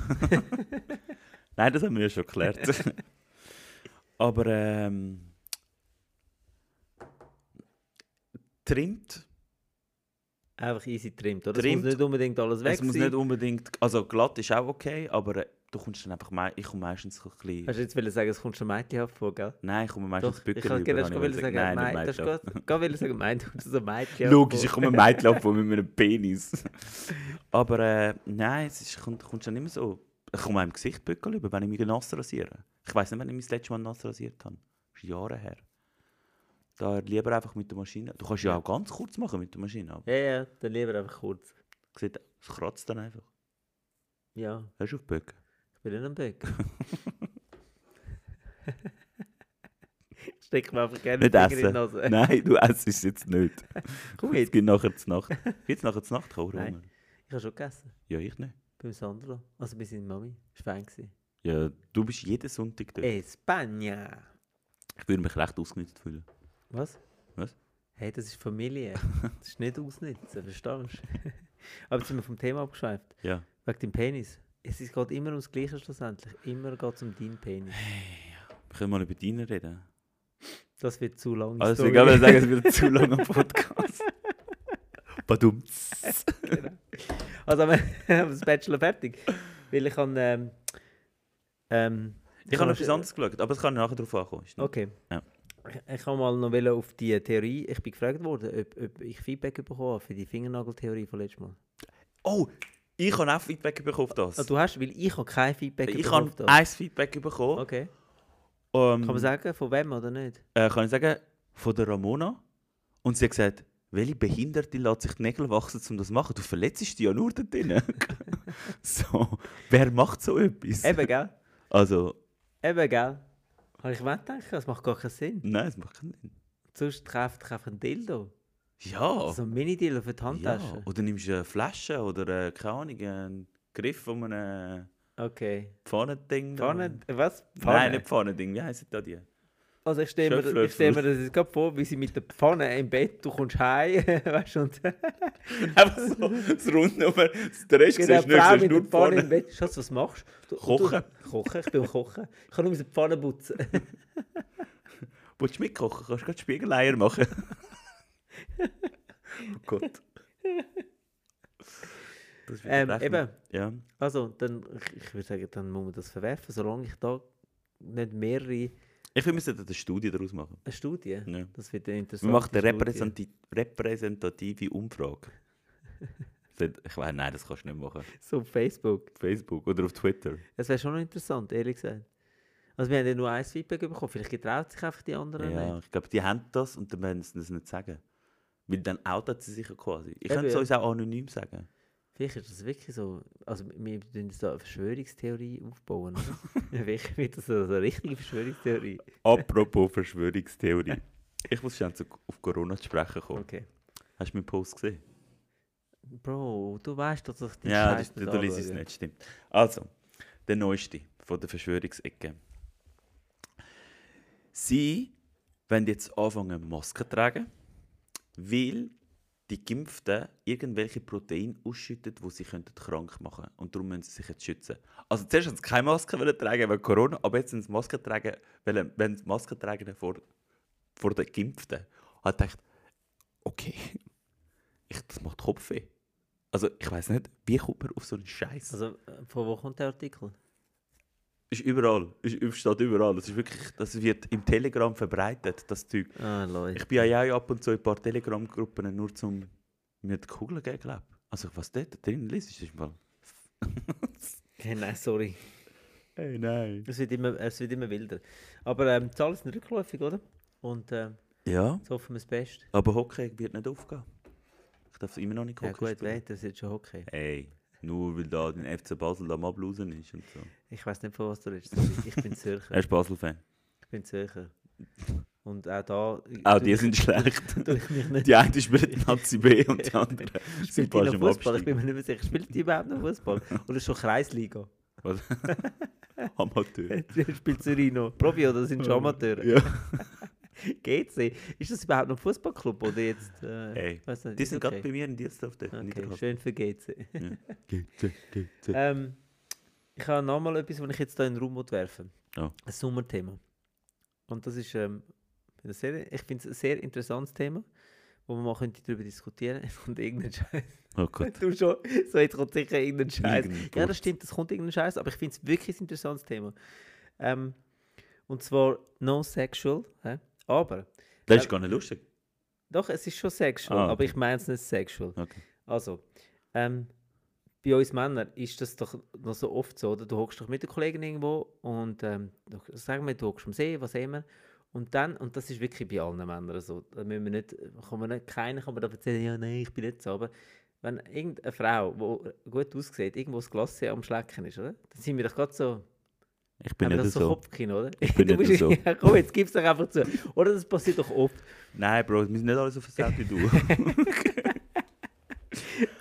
Nein, das haben wir ja schon geklärt. Aber ähm, trimmt,
Einfach easy trimmt, oder? Es muss
Trimmt.
nicht unbedingt alles weg
es muss
sein.
nicht unbedingt, also glatt ist auch okay, aber äh, du kommst dann einfach, mei- ich komme meistens so ein bisschen,
Hast du jetzt wollen sagen, es kommt schon mädchenhaft vor, gell?
nein, ich komme meistens
Doch, ich
Bücken
kann gerade schon sagen, nein,
nicht
nein, das ist
Mädchen.
gut. Gerade wollen sagen, nein, du hast so mädchenhaft
Logisch,
vor.
ich komme ein Mädchen ab, mit einem Penis. Aber äh, nein, es ist, kommt, kommt schon immer so. Ich komme einem Gesicht Pickel über, wenn ich mich nass rasiere. Ich weiß nicht, wann ich mich das letzte Mal nass rasiert habe. Das ist Jahre her. Da lieber einfach mit der Maschine. Du kannst ja auch ganz kurz machen mit der Maschine, aber
Ja, ja, dann lieber einfach kurz.
sieht- es kratzt dann einfach.
Ja,
Hörst du auf Böcke?
ich bin nicht am Böck. Steck mir einfach gerne
Nicht
den Finger in die
essen.
Nase.
Nein, du essst es jetzt nicht.
Komm
Es
jetzt.
gibt nachher zur Nacht. Gibt es nachher zur Nacht Hunger?
Nein. Ich habe schon gegessen.
Ja, ich nicht.
Beim Sandro. Also bei seiner Mami. Das war fein. gewesen.
Ja, du bist jeden Sonntag dort.
España.
Ich würde mich recht ausgenutzt fühlen.
Was?
Was?
Hey, das ist Familie. Das ist nicht ausnutzen, verstehst du? Aber jetzt sind wir vom Thema abgeschweift.
Ja.
Wegen dem Penis. Es ist- geht immer ums Gleiche schlussendlich. Immer geht es um deinen Penis.
Wir können mal über deine reden.
Das wird zu lang.
Also deswegen kann man sagen, es wird ein zu langer Podcast. Badum.
also haben wir haben wir das Bachelor fertig. Weil ich habe... Ähm, ähm,
Ich habe noch etwas
schon-
anderes geschaut, aber es kann nachher drauf ankommen. ist nicht-
Okay.
Ja.
Ich, ich habe mal noch wollen auf die Theorie, ich bin gefragt worden, ob, ob ich Feedback bekommen habe für die Fingernageltheorie von letztem Mal.
Oh, ich habe auch Feedback bekommen auf das.
Ah, du hast, weil ich habe kein Feedback
ich habe
bekommen auf das.
ein Feedback bekommen.
Okay.
Ähm,
Kann man sagen, von wem oder nicht?
äh, kann ich sagen, von der Ramona. Und sie hat gesagt, welche Behinderte lässt sich die Nägel wachsen, um das zu machen? Du verletzt dich ja nur da drinnen. so, wer macht so etwas?
Eben, gell?
Also,
Eben, gell? Habe ich mir gedacht, das macht gar keinen Sinn.
nein, es macht keinen Sinn.
Sonst kaufe ich einfach einen Dildo.
Ja.
So ein Mini-Dildo für die
Oh. Ja,
Handtasche.
oder nimmst eine Flasche oder äh, keine Ahnung, einen Griff von einem
Okay.
Pfannending. da.
Pfanne, was?
Nein,
Pfanne?
nicht Pfannending, wie heissen da die?
Also ich stelle mir,
Schöpflöffel.
ich stell mir das jetzt gerade vor, wie sie mit der Pfanne im Bett, du kommst heim, weißt du, und
Einfach so, das Runde, aber der Rest
Genau,
siehst du nicht,
Frau
siehst nur die
mit der Pfanne im
Pfanne.
Bett. Schatz, was machst du? du?
Kochen.
Du, kochen, ich bin am Kochen. Ich kann nur meine Pfanne putzen.
Willst du mitkochen? Kannst du gerade Spiegeleier machen? oh Gott. Das ist wieder
Ähm,
recht-
eben,
Ja.
also, dann, ich, ich würde sagen, dann muss man das verwerfen, solange ich da nicht mehrere
Ich finde, wir sollten eine Studie daraus machen.
eine Studie.
Ja.
Das wird eine interessante
Hm. Wir machen eine
Studie.
repräsenti- repräsentative Umfrage. Ich weiß, nein, das kannst du nicht machen.
So auf Facebook.
Auf Facebook oder auf Twitter.
Das wäre schon noch interessant, ehrlich gesagt. Also, wir haben ja nur ein Feedback bekommen. Vielleicht getraut sich einfach die anderen
Ja,
nicht.
ich glaube, die haben das und dann werden sie es nicht sagen. Weil dann outet sie sich ja quasi. Ich
Eben,
könnte es
ja.
uns auch anonym sagen.
Vielleicht ist das wirklich so. Also, wir tun jetzt da eine Verschwörungstheorie aufbauen. oder? Vielleicht wird das so eine richtige Verschwörungstheorie.
Apropos Verschwörungstheorie. Ich muss schon zu, auf Corona zu sprechen kommen.
Okay.
Hast du meinen Post gesehen?
Bro, du weißt doch, dass ich die
ja,
Scheiße
das, du liest es
anschaue.
nicht, stimmt. Also, der neueste von der Verschwörungsecke. Sie wollen jetzt anfangen, Masken zu tragen, weil die Geimpften irgendwelche Proteine ausschütten, die sie könnten krank machen könnten. Und darum müssen sie sich jetzt schützen. Also zuerst haben sie keine Maske wollen tragen wegen Corona, aber jetzt sind sie Masken tragen, wollen, wollen sie Masken tragen vor, vor den Geimpften. Und ich dachte, okay, ich, das macht Kopfweh. Also ich weiß nicht, wie kommt man auf so einen Scheiß?
Also, äh, von wo kommt der Artikel?
ist überall, ist, üb- steht überall. Das, ist wirklich, das wird im Telegram verbreitet, das Zeug.
Ah, Leute.
Ich bin ja auch ab und zu in ein paar Telegram-Gruppen, nur zum mir die Kugeln geben, glaube Also was dort drin liest, ist im Fall...
Okay, nein, sorry.
Hey, nein.
Es wird immer, es wird immer wilder. Aber ähm, die Zahlen sind rückläufig, oder? Und ähm,
Ja,
jetzt hoffen wir das Beste.
aber Hockey wird nicht aufgehen. Ich darf immer noch nicht
Ja,
Hockey
gut,
spielen.
weiter, das ist schon okay.
Ey, nur weil da den FC Basel am Ablusen ist und so.
Ich weiß nicht, von was du redest. sorry. Ich bin Zürcher.
Er ist Basel-Fan.
Ich bin Zürcher. Und auch da.
Auch
tu
Ah, die
ich-
sind schlecht.
tu ich mich nicht.
Die eine spielt Nazi B und die andere sind
Spielt die
fast
noch
im
Fußball? Ich
Abstieg.
bin mir nicht mehr sicher. Spielt die überhaupt noch Fußball? Oder ist schon Kreisliga?
Amateur.
Spielt Zürich noch Profi oder sind schon Amateure?
Ja.
Geht's nicht? Ist das überhaupt noch ein Fußballclub oder jetzt? Äh,
Hey,
weiss nicht,
Die
ist
sind gerade
okay.
bei mir in Dienstdorf dort.
Okay,
Okay,
schön für GC.
GC.
Ähm, ich habe nochmal etwas, was ich jetzt hier in den Raum will werfen
Ja.
Ein Sommerthema. Und das ist, ähm, ein sehr, ich finde es ein sehr interessantes Thema, wo man mal könnte darüber diskutieren Und irgendein Scheiß.
Oh Gott.
Du schon, so jetzt kommt sicher irgendein Scheiß.
Irgendein
Ja, das
Furz.
stimmt, das kommt irgendein Scheiß, aber ich finde es wirklich ein interessantes Thema. Ähm, und zwar no sexual, hä? aber
Das ist gar nicht lustig.
doch, es ist schon sexual,
Ah,
aber
okay.
ich meine es nicht sexual.
Okay.
Also, ähm, bei uns Männern ist das doch noch so oft so, oder? Du hockst doch mit den Kollegen irgendwo und ähm, du- sagen wir, du hockst am See, was immer. Und dann, und das ist wirklich bei allen Männern so, da müssen wir nicht, kann man nicht, keiner kann mir da erzählen, ja, nein, ich bin nicht so, aber wenn irgendeine Frau, die gut aussieht, irgendwo das Glas am Schlecken ist, oder? Dann sind wir doch gerade so,
Ich bin
haben wir
nicht
das so
so.
Kopfkino, oder?
bin
Du
nicht
musst-
so.
Ja, komm, jetzt gib's doch einfach zu. Oder das passiert doch oft.
Nein, Bro, wir sind nicht alle so versaut wie du.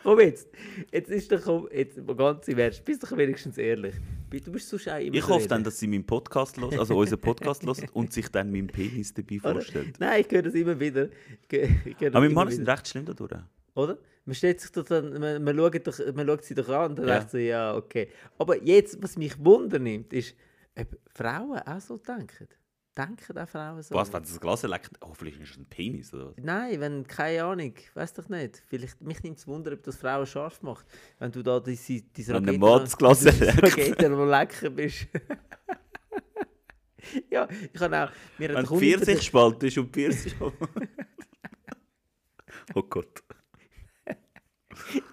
Komm jetzt, jetzt ist doch, komm, jetzt mal ganz im Ernst, bist doch wenigstens ehrlich. Du bist so schei immer
Ich
so
hoffe dann,
ehrlich.
dass sie meinen Podcast hört, also unseren Podcast hört und sich dann meinen Penis dabei
Oder?
vorstellt.
Nein, ich höre das immer wieder. Ich höre- Ich höre das
Aber meine
immer
Männer sind
wieder.
recht schlimm dadurch.
Oder? Man stellt sich doch dann, man, man, schaut doch, man schaut sie doch an und dann
Ja.
denkt so, ja, okay. Aber jetzt, was mich Wunder nimmt, ist, ob Frauen auch so denken. Denken auch Frauen so?
Was, wenn sie das Glas leckt? Hoffentlich ist es ein Penis oder was?
Nein, wenn, keine Ahnung, weiß doch nicht. Vielleicht, mich nimmt es Wunder, ob das Frauen scharf macht. Wenn du da diese, diese
Wenn ein
Rakete...
Mann das Glas leckt.
Rakete, wo du lecker bist. ja, ich habe auch... Mir
Wenn
hat der Kunde
die
erzählt-
sich spaltet ist und Pfirsich Oh Gott.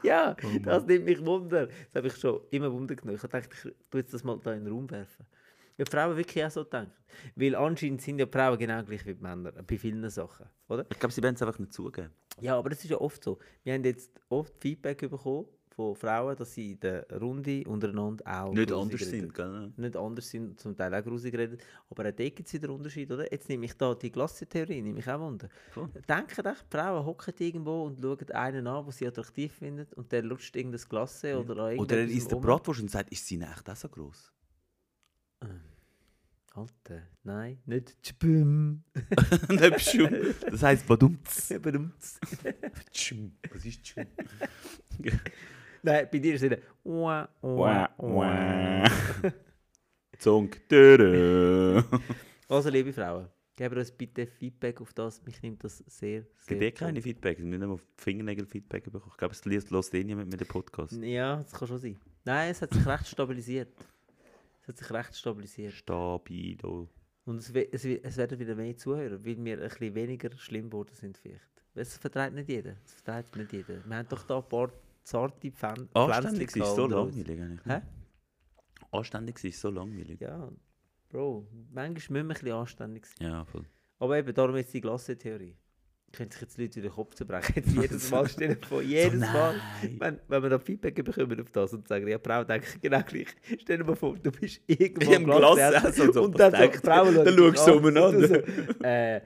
Ja,
Oh Mann.
das nimmt mich Wunder. Das habe ich schon immer Wunder genommen. Ich dachte, ich tu jetzt das mal da in den Raum werfen. Ob Frauen wirklich auch so denken. Weil anscheinend sind ja die Frauen genau gleich wie die Männer, bei vielen Sachen, oder?
Ich glaube, sie werden es einfach nicht zugeben.
Ja, aber das ist ja oft so. Wir haben jetzt oft Feedback bekommen von Frauen, dass sie in der Runde untereinander auch
Nicht
grusig
anders
reden.
sind, gell?
Nicht anders sind, zum Teil auch grusig reden. Aber auch dort gibt es wieder Unterschied, oder? Jetzt nehme ich da die Klassentheorie, nehme ich auch Wunder.
Voll.
Denken echt, die Frauen hocken irgendwo und schauen einen an, den sie attraktiv finden und der lutscht irgendein Glasse oder an
Oder er
irgendetwas
isst den
rum.
Bratwurst und sagt, ist sie echt auch so gross?
Alter, nein, nicht tschbüm.
Nicht bestimmt. Das heisst, badumts.
Badumts.
Tschum. Was ist Tschum?
nein, bei dir ist es nicht. Wah, wah, wah.
Zong. Dürö.
Also, liebe Frauen, gebt uns bitte Feedback auf das. Mich nimmt das sehr,
Es
sehr.
gibt eh keine Feedback. Wir haben nicht mal auf die Fingernägel Feedback bekommen. Ich glaube, es liest los eh niemand mit dem Podcast.
Ja, das kann schon sein. Nein, es hat sich recht stabilisiert. Es hat sich recht stabilisiert.
Stabilo.
Und es, we- es, we- es werden wieder mehr Zuhörer, weil wir ein bisschen weniger schlimm geworden sind vielleicht. Es vertreibt nicht jeder. Es vertreibt nicht jeder. Wir haben doch da ein paar zarte Pfän-
Anständig
Pflänzchen
ist so
unter uns.
langweilig eigentlich.
Hä?
Anständig ist so langweilig.
Ja, Bro, manchmal müssen wir ein bisschen anständig sein.
Ja, voll.
Aber eben, darum jetzt die Glassentheorie. Können sich jetzt die Leute wieder den Kopf zerbrechen. Jetzt jedes Mal stellen vor, jedes Mal.
nein.
Wenn, wenn wir da Feedback bekommen auf das und sagen, ja, die Frau denkt genau gleich. Stell dir mal vor, du bist irgendwo
Ich hab Glas essen und so,
und dann
was
sagt die
denkt
Frau,
sie? Dann
schaut dich
schaust du
an und du
umeinander.
so, äh,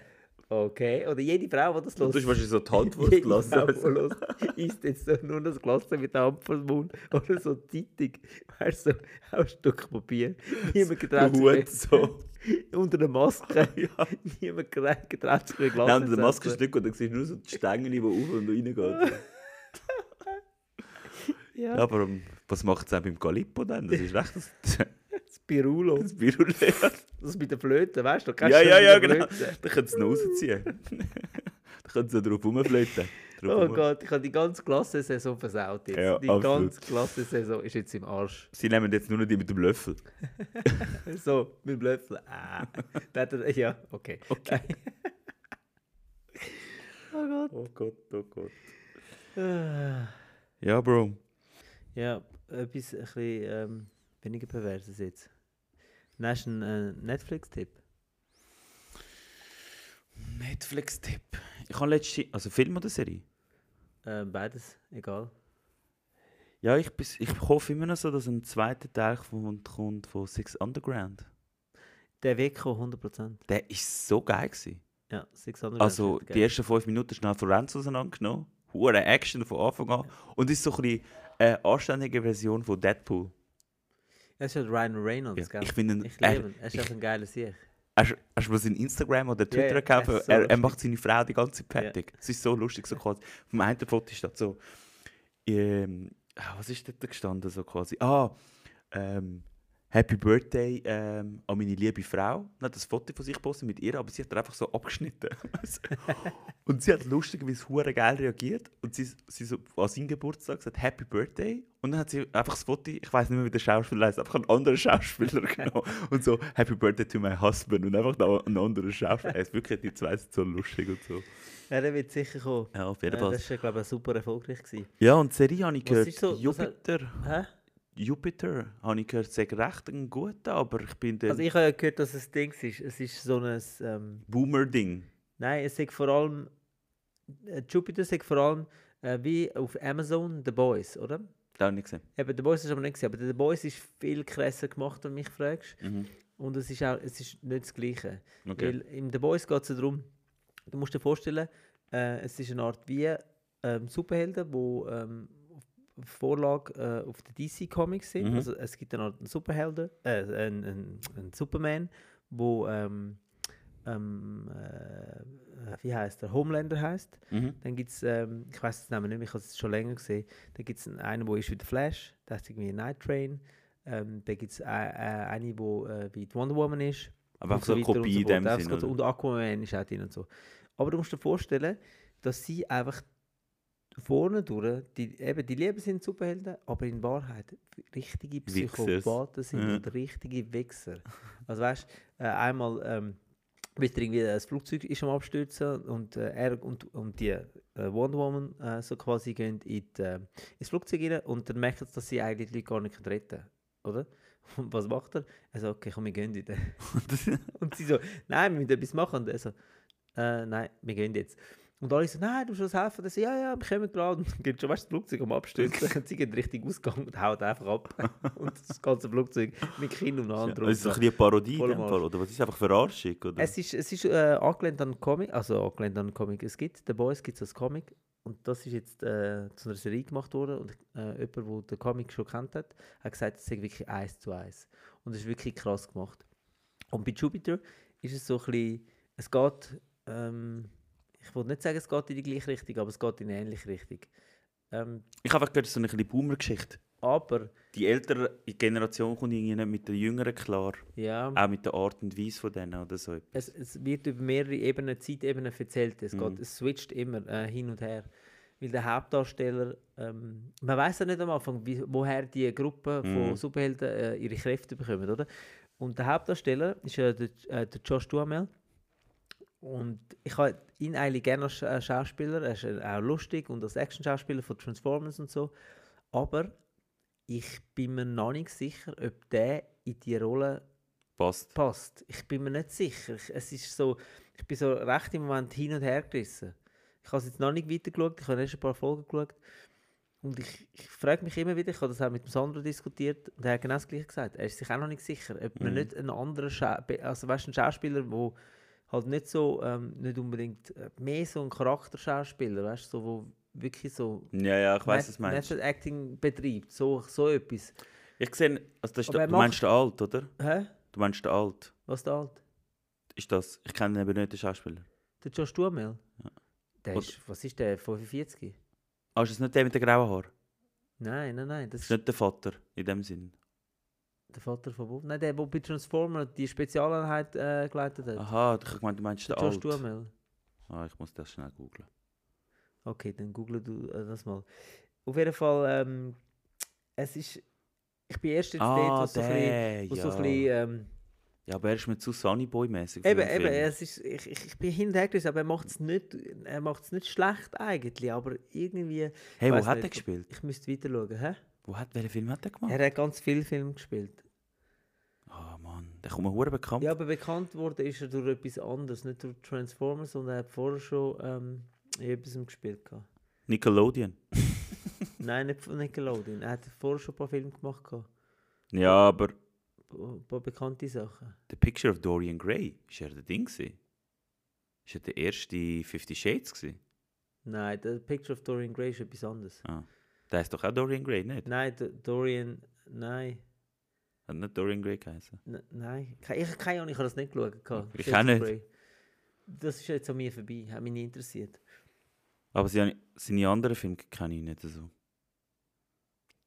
Okay, oder jede Frau, die das
Und
hört.
du hast wahrscheinlich so die Handwurst
Jede
gelassen.
Frau, die hört, isst jetzt so nur das Glas mit der Hand vor den Mund oder so Zeitung. Weißt du, so ein Stück Papier. Niemand getraut
Der Hut so.
Unter der Maske.
ja.
Niemand getraut getraut sich ein Glas
Nein, der
zu
Maske
essen.
ist nicht gut, dann siehst du nur so die Stängel, die auf und reingeht.
Ja,
Ja, aber ähm, was macht es auch beim Galippo dann? Das ist recht das,
das Pirulo.
das Virulé.
Das mit der Flöte, weißt du? du kennst
Ja,
schon
ja,
mit
ja,
der
genau.
Flöte.
Dann können sie es noch rausziehen. dann können sie drauf rumflöten. Drauf
Oh
rum-
Gott, ich habe die ganze Klassensaison versaut jetzt.
Ja,
die
absolut.
ganze Klassensaison ist jetzt im Arsch.
Sie nehmen jetzt nur noch die mit dem Löffel.
So, mit dem Löffel. Ah. Da hat er- ja, okay.
Okay.
oh Gott.
Oh Gott, oh Gott.
Ah.
Ja, Bro.
Ja, etwas ein bisschen ähm, weniger perverses jetzt. Nein, ist ein äh, Netflix-Tipp.
Netflix-Tipp. Ich habe letzte. Also Film oder Serie?
Ähm, beides, egal.
Ja, ich, bis, ich hoffe immer noch so, dass ein zweiter Teil von, kommt von Six Underground.
Der Weg kommt 100%.
Der ist so geil. Gewesen.
Ja, 600
Also die ersten fünf Minuten schnell von Renzo auseinandergenommen. Hure Action von Anfang an. Und ist so ein bisschen eine anständige Version von Deadpool.
Es ist halt Ryan
Ja,
Reynolds, gell?
ich äh, finde, ihn-
Ich
er,
liebe ihn. Er ist einfach ein geiler Sieg.
Hast hast du mal seinen Instagram oder
Ja, ja,
Twitter
es
gekauft?
ist so
er, er
lustig.
macht seine Frau die ganze Zeit fertig. Es ist so lustig, so quasi. Vom einen Foto steht so. Ähm, ah, was ist dort gestanden? So quasi. Ah, ähm, Happy Birthday ähm, an meine liebe Frau. Er hat das Foto von sich gepostet mit ihr, aber sie hat er einfach so abgeschnitten. und sie hat lustigerweise hure geil reagiert und sie, sie so an seinen Geburtstag gesagt Happy Birthday und dann hat sie einfach das Foto, ich weiß nicht mehr wie der Schauspieler heißt, einfach einen anderen Schauspieler genommen und so Happy Birthday to my husband und einfach da einen anderen Schauspieler. Er ist wirklich die zwei sind so lustig und so.
Ja, der wird sicher kommen.
Ja, auf
Äh,
jeden Fall.
das war, glaube ich, super erfolgreich. Gewesen.
Ja und die Serie habe ich
Was
gehört,
ist so- was
Jupiter,
Hä?
Jupiter, habe ich gehört, sagt recht ein guter, aber ich bin der
Also ich habe ja gehört, dass es Dings ist. Es ist so ein... Ähm,
Boomer-Ding.
Nein, es sagt vor allem, äh, Jupiter sagt vor allem, äh, wie auf Amazon, The Boys, oder?
Da habe ich gesehen.
Eben, The Boys ist aber nicht gesehen, aber The Boys ist viel krasser gemacht, wenn du mich fragst.
Mhm.
Und es ist auch, es ist nicht das Gleiche.
Okay.
Weil in The Boys geht es ja darum, du musst dir vorstellen, äh, es ist eine Art wie ähm, Superhelden, wo ähm, auf Vorlage äh, auf den DC Comics sind.
Mhm.
Also es gibt eine Art einen Superhelden, äh, einen, einen, einen Superman, wo ähm, ähm, äh, wie heißt der Homelander heißt.
Mhm.
Dann gibt es, ähm, ich weiß den Namen nicht, mehr, ich habe es schon länger gesehen. Dann gibt es einen, der ist wie der Flash, der heißt irgendwie Night Train. Ähm, dann gibt es äh, äh, eine, wo äh, wie die Wonder Woman ist.
Aber
Und
einfach so eine
weiter und
Kopie in
fort.
dem
Einfach
Sinne.
ganz-
oder?
Und Aquaman ist auch drin und so. Aber du musst dir vorstellen, dass sie einfach vorne durch, die, eben die Lieben sind Superhelden, aber in Wahrheit richtige
Wichsers.
Psychopathen sind
Ja.
und richtige Wichser. Also weißt du, äh, einmal ähm, wird irgendwie das Flugzeug ist am Abstürzen und äh, er und, und die äh, Wonder Woman äh, so quasi gehen in die, äh, ins Flugzeug rein und dann merken sie, dass sie eigentlich die Leute gar nicht retten können, oder? Und was macht er? Er sagt, okay, komm, wir gehen in den. Und sie so, nein, wir müssen etwas machen. Und er so, äh, nein, wir gehen jetzt. Und alle so, nein, du musst uns helfen. Und er so, ja, ja, wir kommen gerade. Und dann geht schon, weißt du, das Flugzeug am Abstürzen. Und sie gehen Richtung Ausgang und haut einfach ab. Und das ganze Flugzeug mit Kind und
Ja,
allem
das ist so also ein bisschen
drum.
eine Parodie in
Voll
dem
am
Fall, oder? Was ist einfach Verarschung, oder?
Es ist, es ist äh, angelehnt an Comic, also angelehnt an Comic. Es gibt, The Boys gibt es als Comic. Und das ist jetzt äh, zu einer Serie gemacht worden. Und äh, jemand, der den Comic schon kennt hat, hat gesagt, es ist wirklich eins zu eins. Und es ist wirklich krass gemacht. Und bei Jupiter ist es so ein bisschen, es geht, ähm, ich wollte nicht sagen, es geht in die gleiche Richtung, aber es geht in eine ähnliche Richtung. Ähm,
Ich habe einfach gehört, es ist so eine kleine Boomer-Geschichte.
aber,
Die ältere Generation kommt irgendwie nicht mit der jüngeren klar.
ja,
Auch mit der Art und Weise von denen oder so.
es, es wird über mehrere Ebenen, Zeitebenen erzählt. Es,
Mhm.
geht, es switcht immer äh, hin und her. Weil der Hauptdarsteller, ähm, man weiß ja nicht am Anfang, wie, woher die Gruppe
Mhm.
von Superhelden äh, ihre Kräfte bekommen, oder? Und der Hauptdarsteller ist äh, der, äh, der Josh Duhamel. Und ich habe ihn eigentlich gerne als Scha- äh, Schauspieler. Er ist äh, auch lustig und als Action-Schauspieler von Transformers und so. Aber ich bin mir noch nicht sicher, ob der in die Rolle
Passt.
passt. Ich bin mir nicht sicher. Ich, es ist so, ich bin so recht im Moment hin und her gerissen. Ich habe es jetzt noch nicht weitergeschaut, ich habe erst ein paar Folgen geschaut. Und ich, ich frage mich immer wieder, ich habe das auch mit dem Sandro diskutiert, und er hat genau das gleiche gesagt. Er ist sich auch noch nicht sicher, ob man
Mhm.
nicht einen anderen Scha be- also weißt, du, einen Schauspieler, der halt nicht so, ähm, nicht unbedingt äh, mehr so ein Charakterschauspieler, weißt du, so, wo wirklich so
Ja, ja, ich weiß,
Met-
was du meinst.
Method Acting betreibt, so, so etwas.
Ich sehe, also das ist
Aber
der,
er
du meinst den Alt, oder?
Hä?
Du meinst den Alt.
Was da alt?
Ist das? Ich kenne den eben nicht, den Schauspieler.
Der Josh Duhamel?
Ja.
Der
Und-
ist, was ist der, 45?
Ah, ist das nicht der mit den grauen Haaren?
Nein, nein, nein, das
Ist
ist
nicht der Vater, in dem Sinn.
der Vater von Bob. Nein, der, der bei Transformer die Spezialeinheit äh, geleitet hat.
Aha, ich habe gemeint, du meinst den
der Josh
Alt.
Duhamel.
Ah, ich muss das schnell googeln.
Okay, dann google du äh, das mal. Auf jeden Fall, ähm, es ist, ich bin erst jetzt dort,
Ah,
was so ein bisschen,
der,
wo
ja.
so ein bisschen ähm,
Ja, aber er ist mit so Sunny Boy-mäßig.
Eben, eben, es ist, ich, ich, ich bin hinterher, aber er macht es nicht, er macht's nicht schlecht eigentlich, aber irgendwie,
Hey, wo
Weiss
hat
nicht,
er
ob-
gespielt?
ich müsste weiter schauen. Hä?
Wo hat, welchen Film hat er gemacht?
Er hat ganz viele Filme gespielt.
Ah, Mann, der kommt mir hure bekannt.
Ja, aber bekannt wurde ist er durch etwas anderes, nicht durch Transformers, sondern er hat vorher schon ähm, in etwas gespielt. Gehabt.
Nickelodeon.
Nein, nicht von Nickelodeon, er hat vorher schon ein paar Filme gemacht, gehabt.
Ja, aber
ein paar bekannte Sachen.
The Picture of Dorian Gray, ist er der Ding gewesen? Ist er der erste Fifty Shades gewesen?
Nein, der Picture of Dorian Gray ist etwas anderes.
Ah. Der heißt doch auch Dorian Gray, nicht?
Nein, der Dorian, nein.
Hat nicht Dorian Gray geheißen?
N- Nein, Ke- ich keine Ahnung, ich habe das nicht geschaut. gehabt.
Ich
Shades
auch
of
nicht.
Grey. Das ist jetzt an mir vorbei, hat mich nicht interessiert.
Aber seine, seine anderen Filme kenne ich nicht so.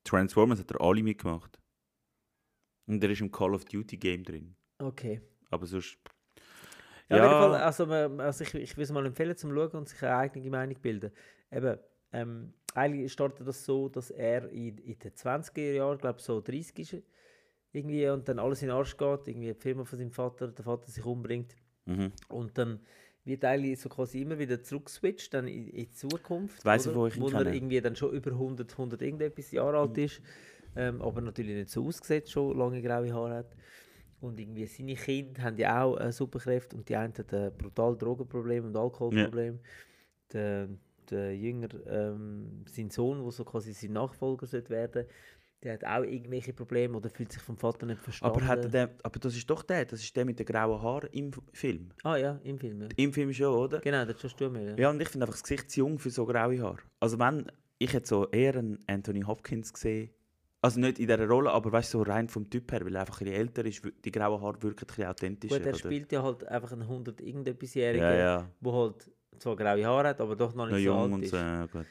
Transformers hat er alle mitgemacht. Und er ist im Call of Duty Game drin.
Okay.
Aber sonst.
Ja,
Ja,
Auf jeden Fall, also, man- also ich, ich würde es mal empfehlen, zum Schauen und sich eine eigene Meinung bilden. Eben, ähm, eigentlich startet das so, dass er in, in den 20er Jahren, glaube so 30 ist, irgendwie, und dann alles in den Arsch geht, irgendwie die Firma von seinem Vater, der Vater sich umbringt.
mhm.
Und dann wird eigentlich so quasi immer wieder zurückgeswitcht, dann in, in die Zukunft.
Jetzt weiss ich,
oder?
wo ich ihn
Wo er
kenne. Mhm.
irgendwie dann schon über 100, 100 irgendetwas Jahre alt ist. Ähm, aber natürlich nicht so aussieht, schon lange graue Haare hat. Und irgendwie seine Kinder haben ja auch äh, Superkräfte und die einen hat äh, brutal Drogenproblem und Alkoholproblem. Der, der Jünger, ähm, sein Sohn, der so quasi sein Nachfolger sollte werden, der hat auch irgendwelche Probleme oder fühlt sich vom Vater nicht verstanden.
aber, hat er den, aber das ist doch der, das ist der mit den grauen Haaren im F- Film.
Ah ja, im Film, ja.
Im Film schon, oder?
Genau, das hast du mir.
Ja, und ich finde einfach das Gesicht zu jung für so graue Haare. Also wenn, ich hätte so eher einen Anthony Hopkins gesehen. Also nicht in dieser Rolle, aber weißt du, so rein vom Typ her, weil er einfach ein bisschen älter ist, wü- die grauen Haare wirken ein bisschen authentischer.
Gut, er
oder?
spielt ja halt einfach einen 100 irgendetwas-Jährigen,
ja, ja.
der halt zwar graue Haare hat, aber doch noch nicht
Noch
so alt
jung und
ist.
so, ja, gut.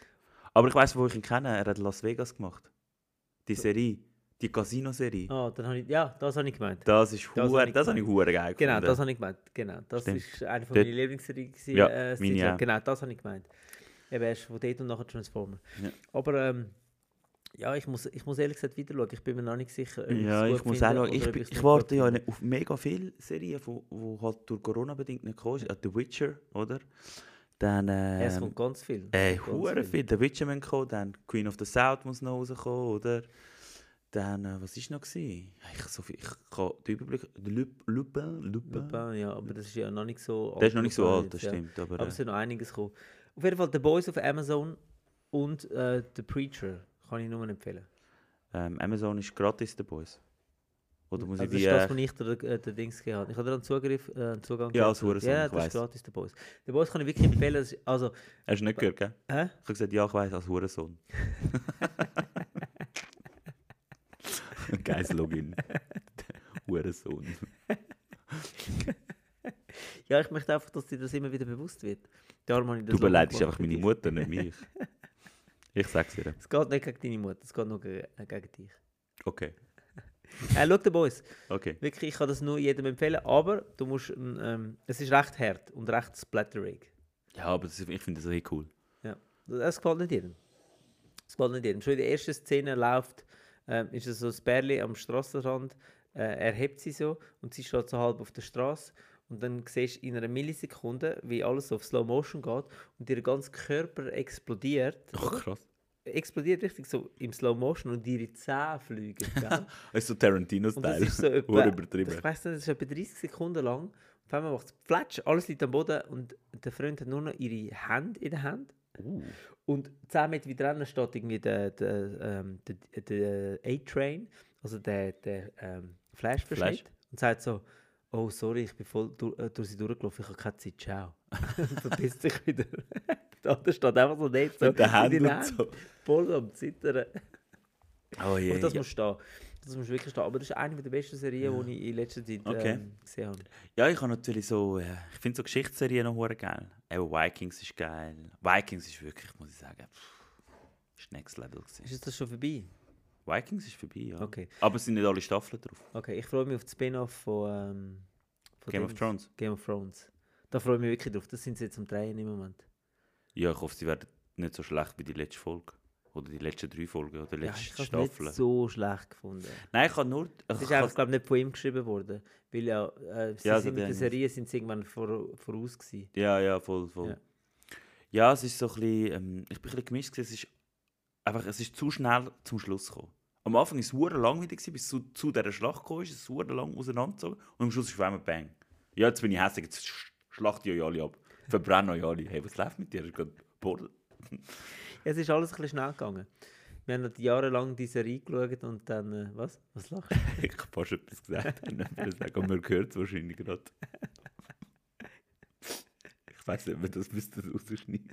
Aber ich weiß, wo ich ihn kenne, er hat Las Vegas gemacht. Die Serie, die Casino-Serie.
Ah, dann habe ich, ja, das habe ich gemeint.
Das ist
Das
huere,
habe ich
das habe ich hure geil
genau, das
gefunden.
habe ich gemeint. Genau, das
Stimmt.
ist eine von
Dort-
meinen Lieblingsserien. gewesen,
Ja, meine
äh, Stitch Up.
auch.
Genau, das habe ich gemeint. Eben erst von dort und nachher Transformer.
Ja.
Aber ähm, ja, ich muss, ich muss ehrlich gesagt weiter schauen. Ich bin mir noch nicht sicher. ob ich's
Ja,
gut
ich muss
finde
auch schauen.
oder
Ich,
ob
bin-
ich's
ich
nicht
warte
gut
ja
finde.
nicht auf mega viele Serien, die wo, wo halt durch Corona bedingt nicht gekommen sind. Äh, The Witcher, oder? Dann,
Ja, es
ähm,
kommt ganz viel.
äh,
ganz
hure
viel.
viel. The Witcher muss kommen, dann Queen of the South nou muss noch rauskommen, oder? Dann, äh, was war noch? Gewesen? Ich, so viel, ich kann den Überblick... Lupin, Lupin, Lupin.
Lupin, ja, aber das ist ja noch nicht so alt.
Der ist noch nicht so
Lupin
alt,
jetzt,
das
ja.
stimmt. Aber,
Aber
äh,
es wird noch einiges kommen. Auf jeden Fall The Boys auf Amazon und äh, The Preacher kann ich nur empfehlen.
Ähm, Amazon ist gratis, der Boys. Oder muss
also
ich
das
die...
ist das,
Äh,
was ich der, der, der Dings gegeben habe. Ich habe da einen Zugriff, äh, einen Zugang
Ja,
gehabt.
als Hurensohn,
Ja,
ich
das
weiss.
ist gratis, The Boys. The Boys kann ich wirklich empfehlen. Das ist, also,
hast du nicht gehört, gell?
hä?
Ich habe gesagt, ja, ich weiss, als Hurensohn. Geiles Login. Hurensohn.
Ja, ich möchte einfach, dass dir das immer wieder bewusst wird. Darum habe ich das
Du
Logo
beleidigst einfach
gemacht
meine
für dich.
Mutter, nicht mich. Ich sag's ihr.
Es geht nicht gegen deine Mutter, es geht nur gegen, äh, gegen dich.
Okay,
Äh, schau The Boys.
okay.
Wirklich, ich kann das nur jedem empfehlen, aber du musst, ähm, ähm, es ist recht hart und recht splatterig.
Ja, aber das, ist- ich finde das eh cool.
Das gefällt nicht jedem. Das gefällt nicht jedem. Schon in der ersten Szene läuft, ähm, ist es so ein Bärli am Strassenrand, äh, er hebt sie so und sie steht so halb auf der Straße und dann siehst du in einer Millisekunde, wie alles auf Slow Motion geht und ihr ganzer Körper explodiert.
Ach, Oh, krass.
Explodiert richtig so im Slow Motion und ihre Zähne fliegen. gell?
Das ist so tarantino
Und das
style
ist so etwa,
Hure
ich
übertrieben.
weiss nicht, das ist etwa 30 Sekunden lang. Auf einmal macht es Flatsch, alles liegt am Boden und der Freund hat nur noch ihre Hände in der Hand.
Uh,
Und 10 Meter weiter hinten steht irgendwie der, der, ähm, der, der A-Train, also der, der ähm, Flash-Verschnitt,
Flash.
und sagt so, Oh, sorry, ich bin voll durch, äh, durch sie durchgelaufen, ich habe keine Zeit, ciao. so pisst sich wieder. da andere steht einfach so nett, so
Mit den Händen
in
und so.
voll am Zittern.
Oh je.
Und das
ja.
muss stehen. Das muss wirklich stehen. Aber das ist eine der besten Serien, die ich in letzter Zeit
Okay.
ähm, gesehen habe.
ja, ich habe natürlich so, äh, ich finde so Geschichtsserien noch hure geil. Eben Vikings ist geil. Vikings ist wirklich, muss ich sagen, pff, ist Next Level gewesen.
Ist jetzt das schon vorbei?
Vikings ist vorbei, ja.
Okay.
Aber es sind nicht alle Staffeln drauf.
Okay, ich freue mich auf das Spin-off von, ähm, von
Game of
Dings.
Thrones.
Game of Thrones. Da freue ich mich wirklich drauf. Das sind sie jetzt am Drehen im Moment.
Ja, ich hoffe, sie werden nicht so schlecht wie die letzte Folge. Oder die letzten drei Folgen oder die
Ja,
letzte
ich habe es
Staffel.
nicht so schlecht gefunden.
Nein, ich habe nur.
Es
ich
ist
kann-
einfach, glaube nicht von ihm geschrieben worden. Weil ja, äh, sie
Ja, also
sind mit
dann-
der Serie sind sie irgendwann vor, voraus gewesen.
Ja, ja, voll, voll.
Ja.
Ja, es ist so ein bisschen, ähm, ich bin ein bisschen gemischt, gewesen. es ist einfach, es ist zu schnell zum Schluss gekommen. Am Anfang war es hure langweilig, gewesen, bis zu, zu dieser Schlacht gekommen ist, ist es hure lang auseinandergezogen und am Schluss ist auf einmal Bang. Ja, jetzt bin ich hässlich, jetzt sch- schlachte ich euch alle ab. Verbrenne euch alle. Hey, was läuft mit dir? Ist gerade Bordel.
Es ist alles ein bisschen schnell gegangen. Wir haben halt jahrelang die Serie geschaut und dann, äh, was? Was lachst du?
Ich habe fast etwas gesagt, ich würde sagen, aber man hört es wahrscheinlich gerade. Ich weiß nicht, ob wir das müsste rausschneiden.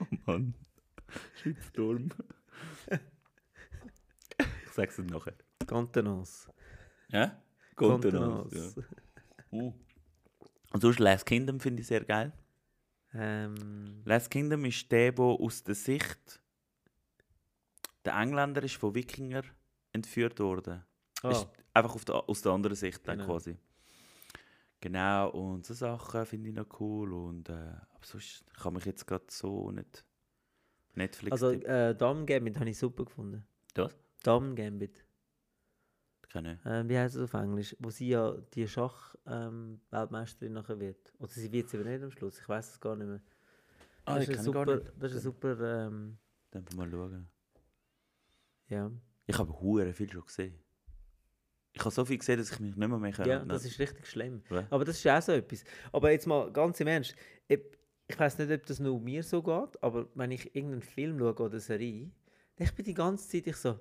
oh Mann. Shitstorm. ich sag's dir nachher.
Contenance.
Ja? Contenance. Ja. Uh. Und sonst Last Kingdom finde ich sehr geil.
Ähm,
Last Kingdom ist der, der aus der Sicht der Engländer ist von Wikinger entführt worden. Ist
ah,
einfach auf der, aus der anderen Sicht dann
Genau.
quasi. Genau, und so Sachen finde ich noch cool. Und, äh, aber sonst kann mich jetzt gerade so nicht Netflix
also
tippen.
äh, Damen Gambit habe ich super gefunden.
Das?
Damen Gambit.
Keine.
Äh, wie heißt das auf Englisch? Wo sie ja die Schach-Weltmeisterin nachher wird. Oder sie wird es aber nicht am Schluss. Ich weiß es gar nicht mehr.
Ah,
das,
ich
ist ein
kenne
super,
gar nicht.
das ist ein super. Ähm,
Dann wir mal schauen.
ja.
Ich habe hure viel schon gesehen. Ich habe so viel gesehen, dass ich mich nicht mehr mehr
ja, das ist richtig schlimm.
Ja.
Aber das ist auch so etwas. Aber jetzt mal ganz im Ernst. Ich, ich weiß nicht, ob das nur um mir so geht, aber wenn ich irgendeinen Film schaue oder eine Serie, dann ich bin die ganze Zeit ich so,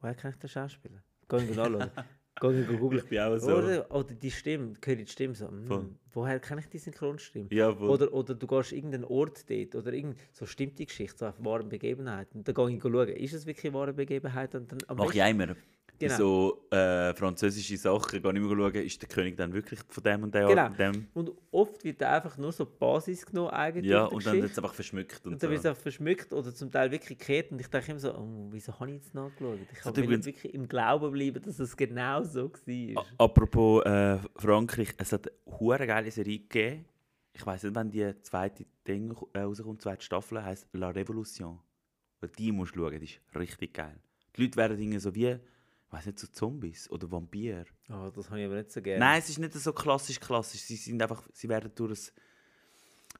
woher kenne ich den Schauspieler? Geh ich ihn anschauen. Geh ich ihn googeln.
bin auch
Oder, oder die Stimme, höre ich die Stimme so, «Hm,
Voll.
woher kenne ich die Synchronstimme?
Ja, voll.
Oder, oder du gehst irgendeinen Ort dort oder irgend, so stimmt die Geschichte, so auf wahren Begebenheiten. Dann gehe ich schauen, ist es wirklich eine wahre Begebenheit? Und dann, am
Mache ich
besten-
auch immer.
Genau.
So äh, französische Sachen, gehe ich immer schauen, ist der König dann wirklich von dem und der
Genau.
Art und dem?
Und oft wird da einfach nur so die Basis genommen eigentlich
Ja,
auf der
und dann wird
Geschichte.
es einfach verschmückt. Und,
und dann wird es
so.
auch verschmückt oder zum Teil wirklich gekehrt und ich denke immer so, oh, wieso habe ich jetzt nachgeschaut? Ich
So,
habe
übrigens-
wirklich im Glauben bleiben, dass es genau so war.
A- Apropos äh, Frankreich, es hat eine hure geile Serie gegeben. Ich weiß nicht, wenn die zweite Ding äh, rauskommt, zweite Staffel, heißt La Révolution. Und die musst du schauen, die ist richtig geil. Die Leute werden irgendwie so wie, ich weiß nicht, so Zombies oder Vampire.
Oh, das habe ich aber nicht so gerne.
Ah. Nein, es ist nicht so klassisch klassisch. Sie sind einfach, sie werden durch ein,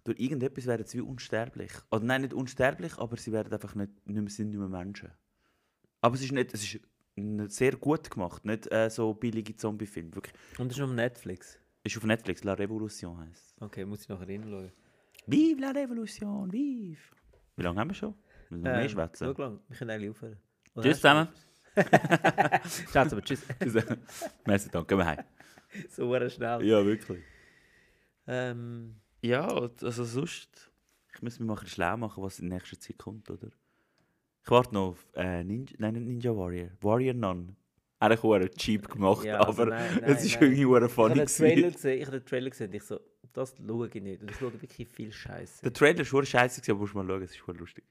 durch irgendetwas werden sie wie unsterblich. Oder nein, nicht unsterblich, aber sie werden einfach nicht, nicht mehr, sind nicht mehr Menschen. Aber es ist nicht, es ist nicht sehr gut gemacht, nicht äh, so billige Zombie-Film. Wirklich.
Und das ist auf Netflix.
Ist auf Netflix, La Revolution heisst
Okay, muss ich nachher hinschauen.
es. Vive La Revolution, vive! Wie lange haben wir schon? Müssen wir noch mehr
Ähm,
schwätzen?
schau lang, wir können eigentlich aufhören. Oder
Tschüss
hast du
zusammen.
noch etwas? Schaut's aber, tschüss.
Merci, danke, gehen wir heim.
so verdammt schnell.
Ja, wirklich.
Ähm,
Ja, also sonst. Ich muss mich mal ein bisschen schlau machen, was in nächster Zeit kommt, oder? Ich warte noch auf äh, Ninja, nein, nicht Ninja Warrior. Warrior Nun. Eigentlich auch cheap gemacht,
Ja, also
aber
nein, nein,
es ist
nein.
irgendwie auch
ich habe
funny.
den Trailer
gewesen.
gesehen, ich habe den Trailer gesehen und ich so, das schaue ich nicht. Und ich schaue wirklich viel Scheiße.
Der Trailer ist schon scheiße, gewesen, aber musst mal schauen, es ist schon lustig.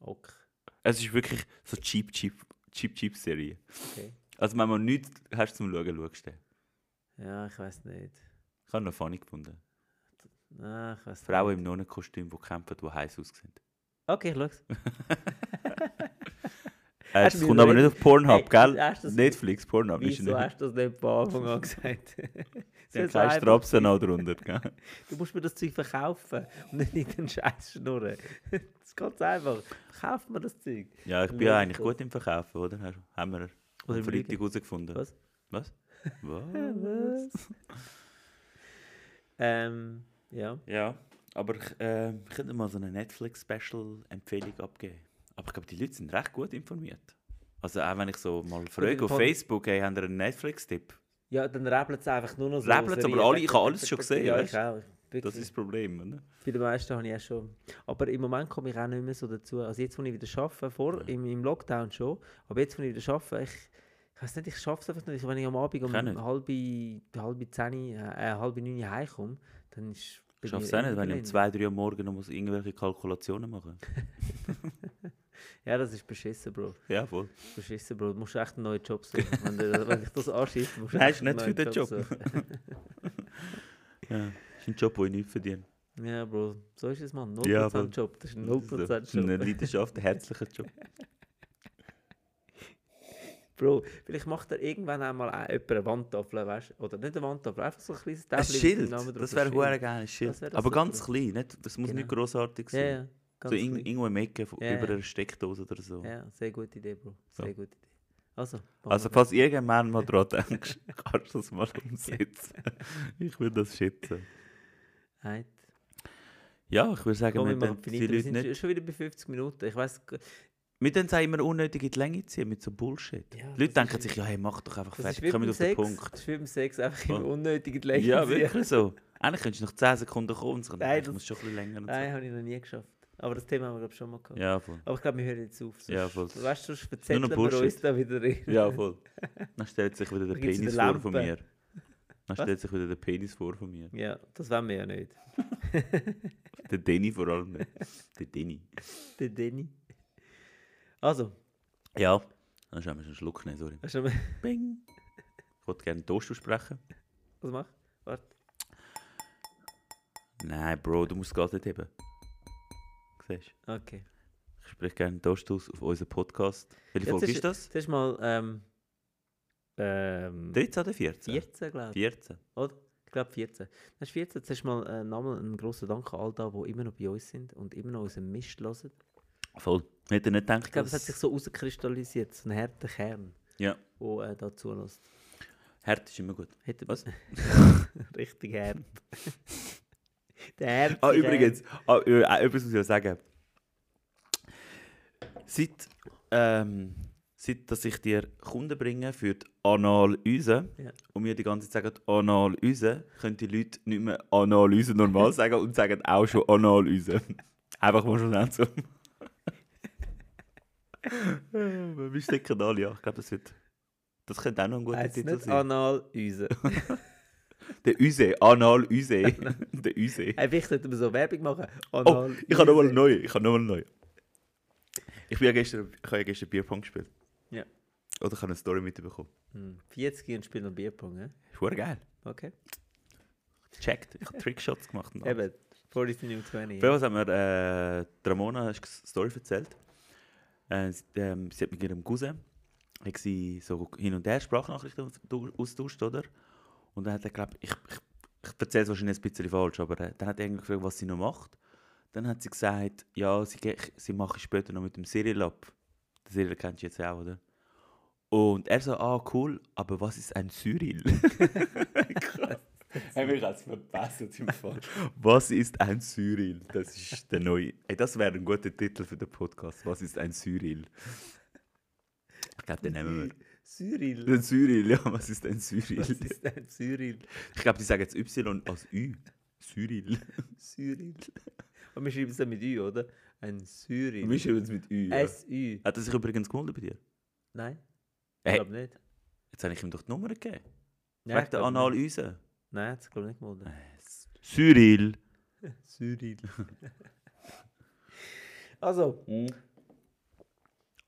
Okay.
Es ist wirklich so cheap, cheap, cheap, cheap Serie.
okay.
Also wenn man nichts hast zum Schauen, schaust du. den.
Ja, ich weiß nicht.
Ich habe ihn noch funny gefunden.
Ah, ich weiß nicht.
Frauen im Nonnenkostüm, die kämpfen, die heiß aussehen.
Okay, ich schaue
Äh,
Hast
es
du
kommt
mir
aber
leid-
nicht auf Pornhub,
Hey,
gell?
hast du das-
Netflix, Pornhub. ist
Wieso
nicht.
hast du das nicht von Anfang an gesagt? Es
Dann
ist
kein
einfach-
Strapsen noch drunter, gell?
Du musst mir das Zeug verkaufen und nicht in den Scheiß schnurren. Das ist ganz einfach. Verkauf mir das Zeug.
Ja, ich
Dann
bin ja
schaue ich
eigentlich
das.
gut im Verkaufen, oder? Hast- Haben wir
Oder
am
im
Freitag
Lügen.
herausgefunden.
Was?
Was? Was?
Was? ähm, ja.
ja, aber ich, äh, ich könnte mal so eine Netflix-Special-Empfehlung abgeben. Aber ich glaube, die Leute sind recht gut informiert. Also auch wenn ich so mal
im
frage auf
Fall-
Facebook, hey, habt ihr einen Netflix-Tipp?
Ja, dann rebelt es einfach nur noch so.
Rebelt's,
Serien.
aber alle- ich habe alles schon gesehen,
Ja,
weißt
ich auch.
Das
Wirklich.
ist das Problem, oder?
Bei den meisten habe ich auch schon. Aber im Moment komme ich auch nicht mehr so dazu. Also jetzt, wo ich wieder arbeite, vor im, im Lockdown schon, aber jetzt, wo ich wieder arbeite, ich, ich weiß nicht, ich schaffe es einfach nicht. Also Wenn ich am Abend um
Ich auch nicht.
halb, halb zehn, äh, halb neun heimkomme, dann ist... bei
Ich schaffe es
mir
auch nicht, wenn ich um
Ende.
2, 3 Uhr morgens noch muss irgendwelche Kalkulationen machen
Ja, das ist beschissen, Bro.
Ja, voll.
Beschissen, Bro. Du musst echt einen neuen Job suchen. wenn, du, wenn ich das anschiffe, musst du
Nein,
echt
ist nicht
einen
für
neuen
den Job.
suchen.
Ja. Das ist ein Job, den ich nicht verdiene.
Ja, Bro. So ist es, Mann. 0%
Ja, aber-
Job. Das ist ein
Das
0%
ist Eine
Job.
Leidenschaft, ein herzlicher Job.
Bro, vielleicht macht er irgendwann einmal auch jemand eine Wandtafel, weißt du? Oder nicht eine Wandtafel, einfach so ein kleines
Ein
mit
Schild,
dem Namen drauf,
das wäre ein geiles
Das wäre
Schild.
doch
Aber ganz
super.
klein, nicht, das muss
Genau.
nicht grossartig
Ja,
sein.
ja.
so
Ganz
irgend-
klein.
irgendwo im Ecken, von-
Ja,
über
ja.
einer Steckdose oder so.
Ja, sehr gute Idee, Bro. Sehr
Ja.
gute Idee. Also, machen
Also
wir
falls irgendwann mal dran denkst, kannst du das mal umsetzen. ich würde das schätzen.
das. Nein.
Ja, ich würde sagen,
Komm, wir
wir
machen
tun die
finito. Wir
Leute
sind schon-
nicht...
schon wieder bei 50 Minuten. Ich weiß, das
Wir tun es auch immer unnötig in die Länge ziehen mit so Bullshit.
Ja,
die Leute
das ist
denken sich, ja hey, mach doch einfach
ist
fertig,
wie
komm
beim
auf den
Sex.
Punkt.
Das ist wie beim Sex, einfach
Oh.
im unnötigen Länge.
Ja,
ziehen.
wirklich so. Eigentlich könntest du nach 10 Sekunden kommen und sagen,
Nein,
nein, ich
das-
muss schon ein bisschen länger und
Nein, habe ich noch nie geschafft. Aber das Thema haben wir, glaube ich, schon mal gehabt.
so. Ja, voll.
Aber ich glaube, wir hören jetzt auf. Sonst,
Ja, voll.
Weißt du, sonst verzetteln wir uns
Bullshit.
da wieder rein.
Ja, voll. Dann stellt sich wieder der
Dann gibt's
Penis
wieder
vor von mir.
Lampen.
Dann
Was?
stellt sich wieder der Penis vor von mir.
Ja, das wollen wir ja nicht.
Der Denny vor allem. nicht. der Denny.
Der Danny. Also,
Ja. Dann schauen wir einen Schluck nehmen, sorry.
hast du noch mal
Bing. Ich wollte gerne einen Toast aussprechen.
was mach? Warte.
Nein, Bro, du musst es gar nicht heben. Siehst du?
Okay.
Ich spreche gerne einen Toast aus auf unseren Podcast. Welche
Ja,
Folge
das
ist das?
Das ist mal ähm, ähm,
13 oder 14?
14, glaube ich.
14.
Oder? Ich glaube 14. Das ist 14. Zuerst mal äh, nochmal einen grossen Dank an all da, die immer noch bei uns sind und immer noch unseren Mist hören.
Voll. Hätte nicht gedacht,
Ich glaube, es hat
dass-
sich so rauskristallisiert, so ein harter Kern,
Ja,
der äh, da zulässt.
Herd ist immer gut.
Hätte-
Was?
Richtig hart. Der harte
Ah,
Kern.
übrigens, ah, ü- äh, etwas muss ich noch sagen. Seit, ähm, seit dass ich dir Kunden bringe für die Analyse
Ja.
und mir die ganze Zeit sagen Analyse, können die Leute nicht mehr Analyse normal sagen und sagen auch schon Analyse. Einfach mal schon dazu. Wir stecken alle, ja. Ich glaube, das wird. Das könnte auch noch ein guter
Heißt
Titel
nicht
sein.
anal Üse.
Der Üse, Analyse. Der Üse.
Hey, vielleicht sollten wir so Werbung machen.
Oh,
Anal
ich habe nochmal
Üse.
neu. Ich habe nochmal neu. Ich bin ja gestern, ich habe ja gestern Bierpong gespielt.
Ja.
Oder ich habe eine Story mitbekommen.
Hm, 40 und spielen noch Bierpong, hä?
Ist verdammt geil.
Okay.
Checkt. Ich habe Trickshots gemacht. und alles.
Eben, 40 sind im 20.
Bei uns hat mir äh, die Ramona eine Story erzählt. Äh, sie, ähm, sie hat mit ihrem Cousin hat sie so hin und her Sprachnachrichten au- austauscht, oder? Und dann hat er, glaube ich, ich, ich erzähle es wahrscheinlich ein bisschen falsch, aber äh, dann hat er irgendwie gefragt, was sie noch macht. Dann hat sie gesagt, ja, sie, ge- sie mache ich später noch mit dem Cyril ab. Den Cyril kennst du jetzt auch, oder? Und er so, ah, cool, aber was ist ein Cyril? Krass. Hey, mich hat's verbessert im Fall. Was ist ein Cyril? Das ist der neue. Ey, das wäre ein guter Titel für den Podcast. Was ist ein Cyril? Ich glaube, den nehmen wir.
Cyril.
Ein Cyril, ja, was ist ein
Was
Cyril?
ist denn Cyril?
Ich glaube, die sagen jetzt Y als Ü. Cyril.
Cyril. Und wir schreiben es dann mit Ü, oder? Ein Cyril.
Wir schreiben es mit Ü. Ja.
S-Ü.
Hat er sich übrigens gemeldet bei dir?
Nein? Ich
Hey.
glaube nicht.
Jetzt habe ich ihm doch die Nummer gegeben.
Nein,
Wegen
ich
der
glaub nicht.
Analyse.
Nein, hat es glaube ich nicht gewollt.
Cyril.
Cyril. also.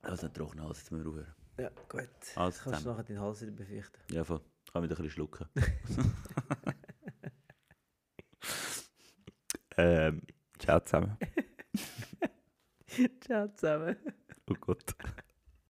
Also, trockene Hals, jetzt müssen wir aufhören.
Ja, gut.
Alles
Kannst du
zusammen.
nachher deinen Hals wieder befeuchten.
Ja, voll. Kann mich doch ein bisschen schlucken. ähm, ciao zusammen.
Ciao zusammen.
Oh Gott.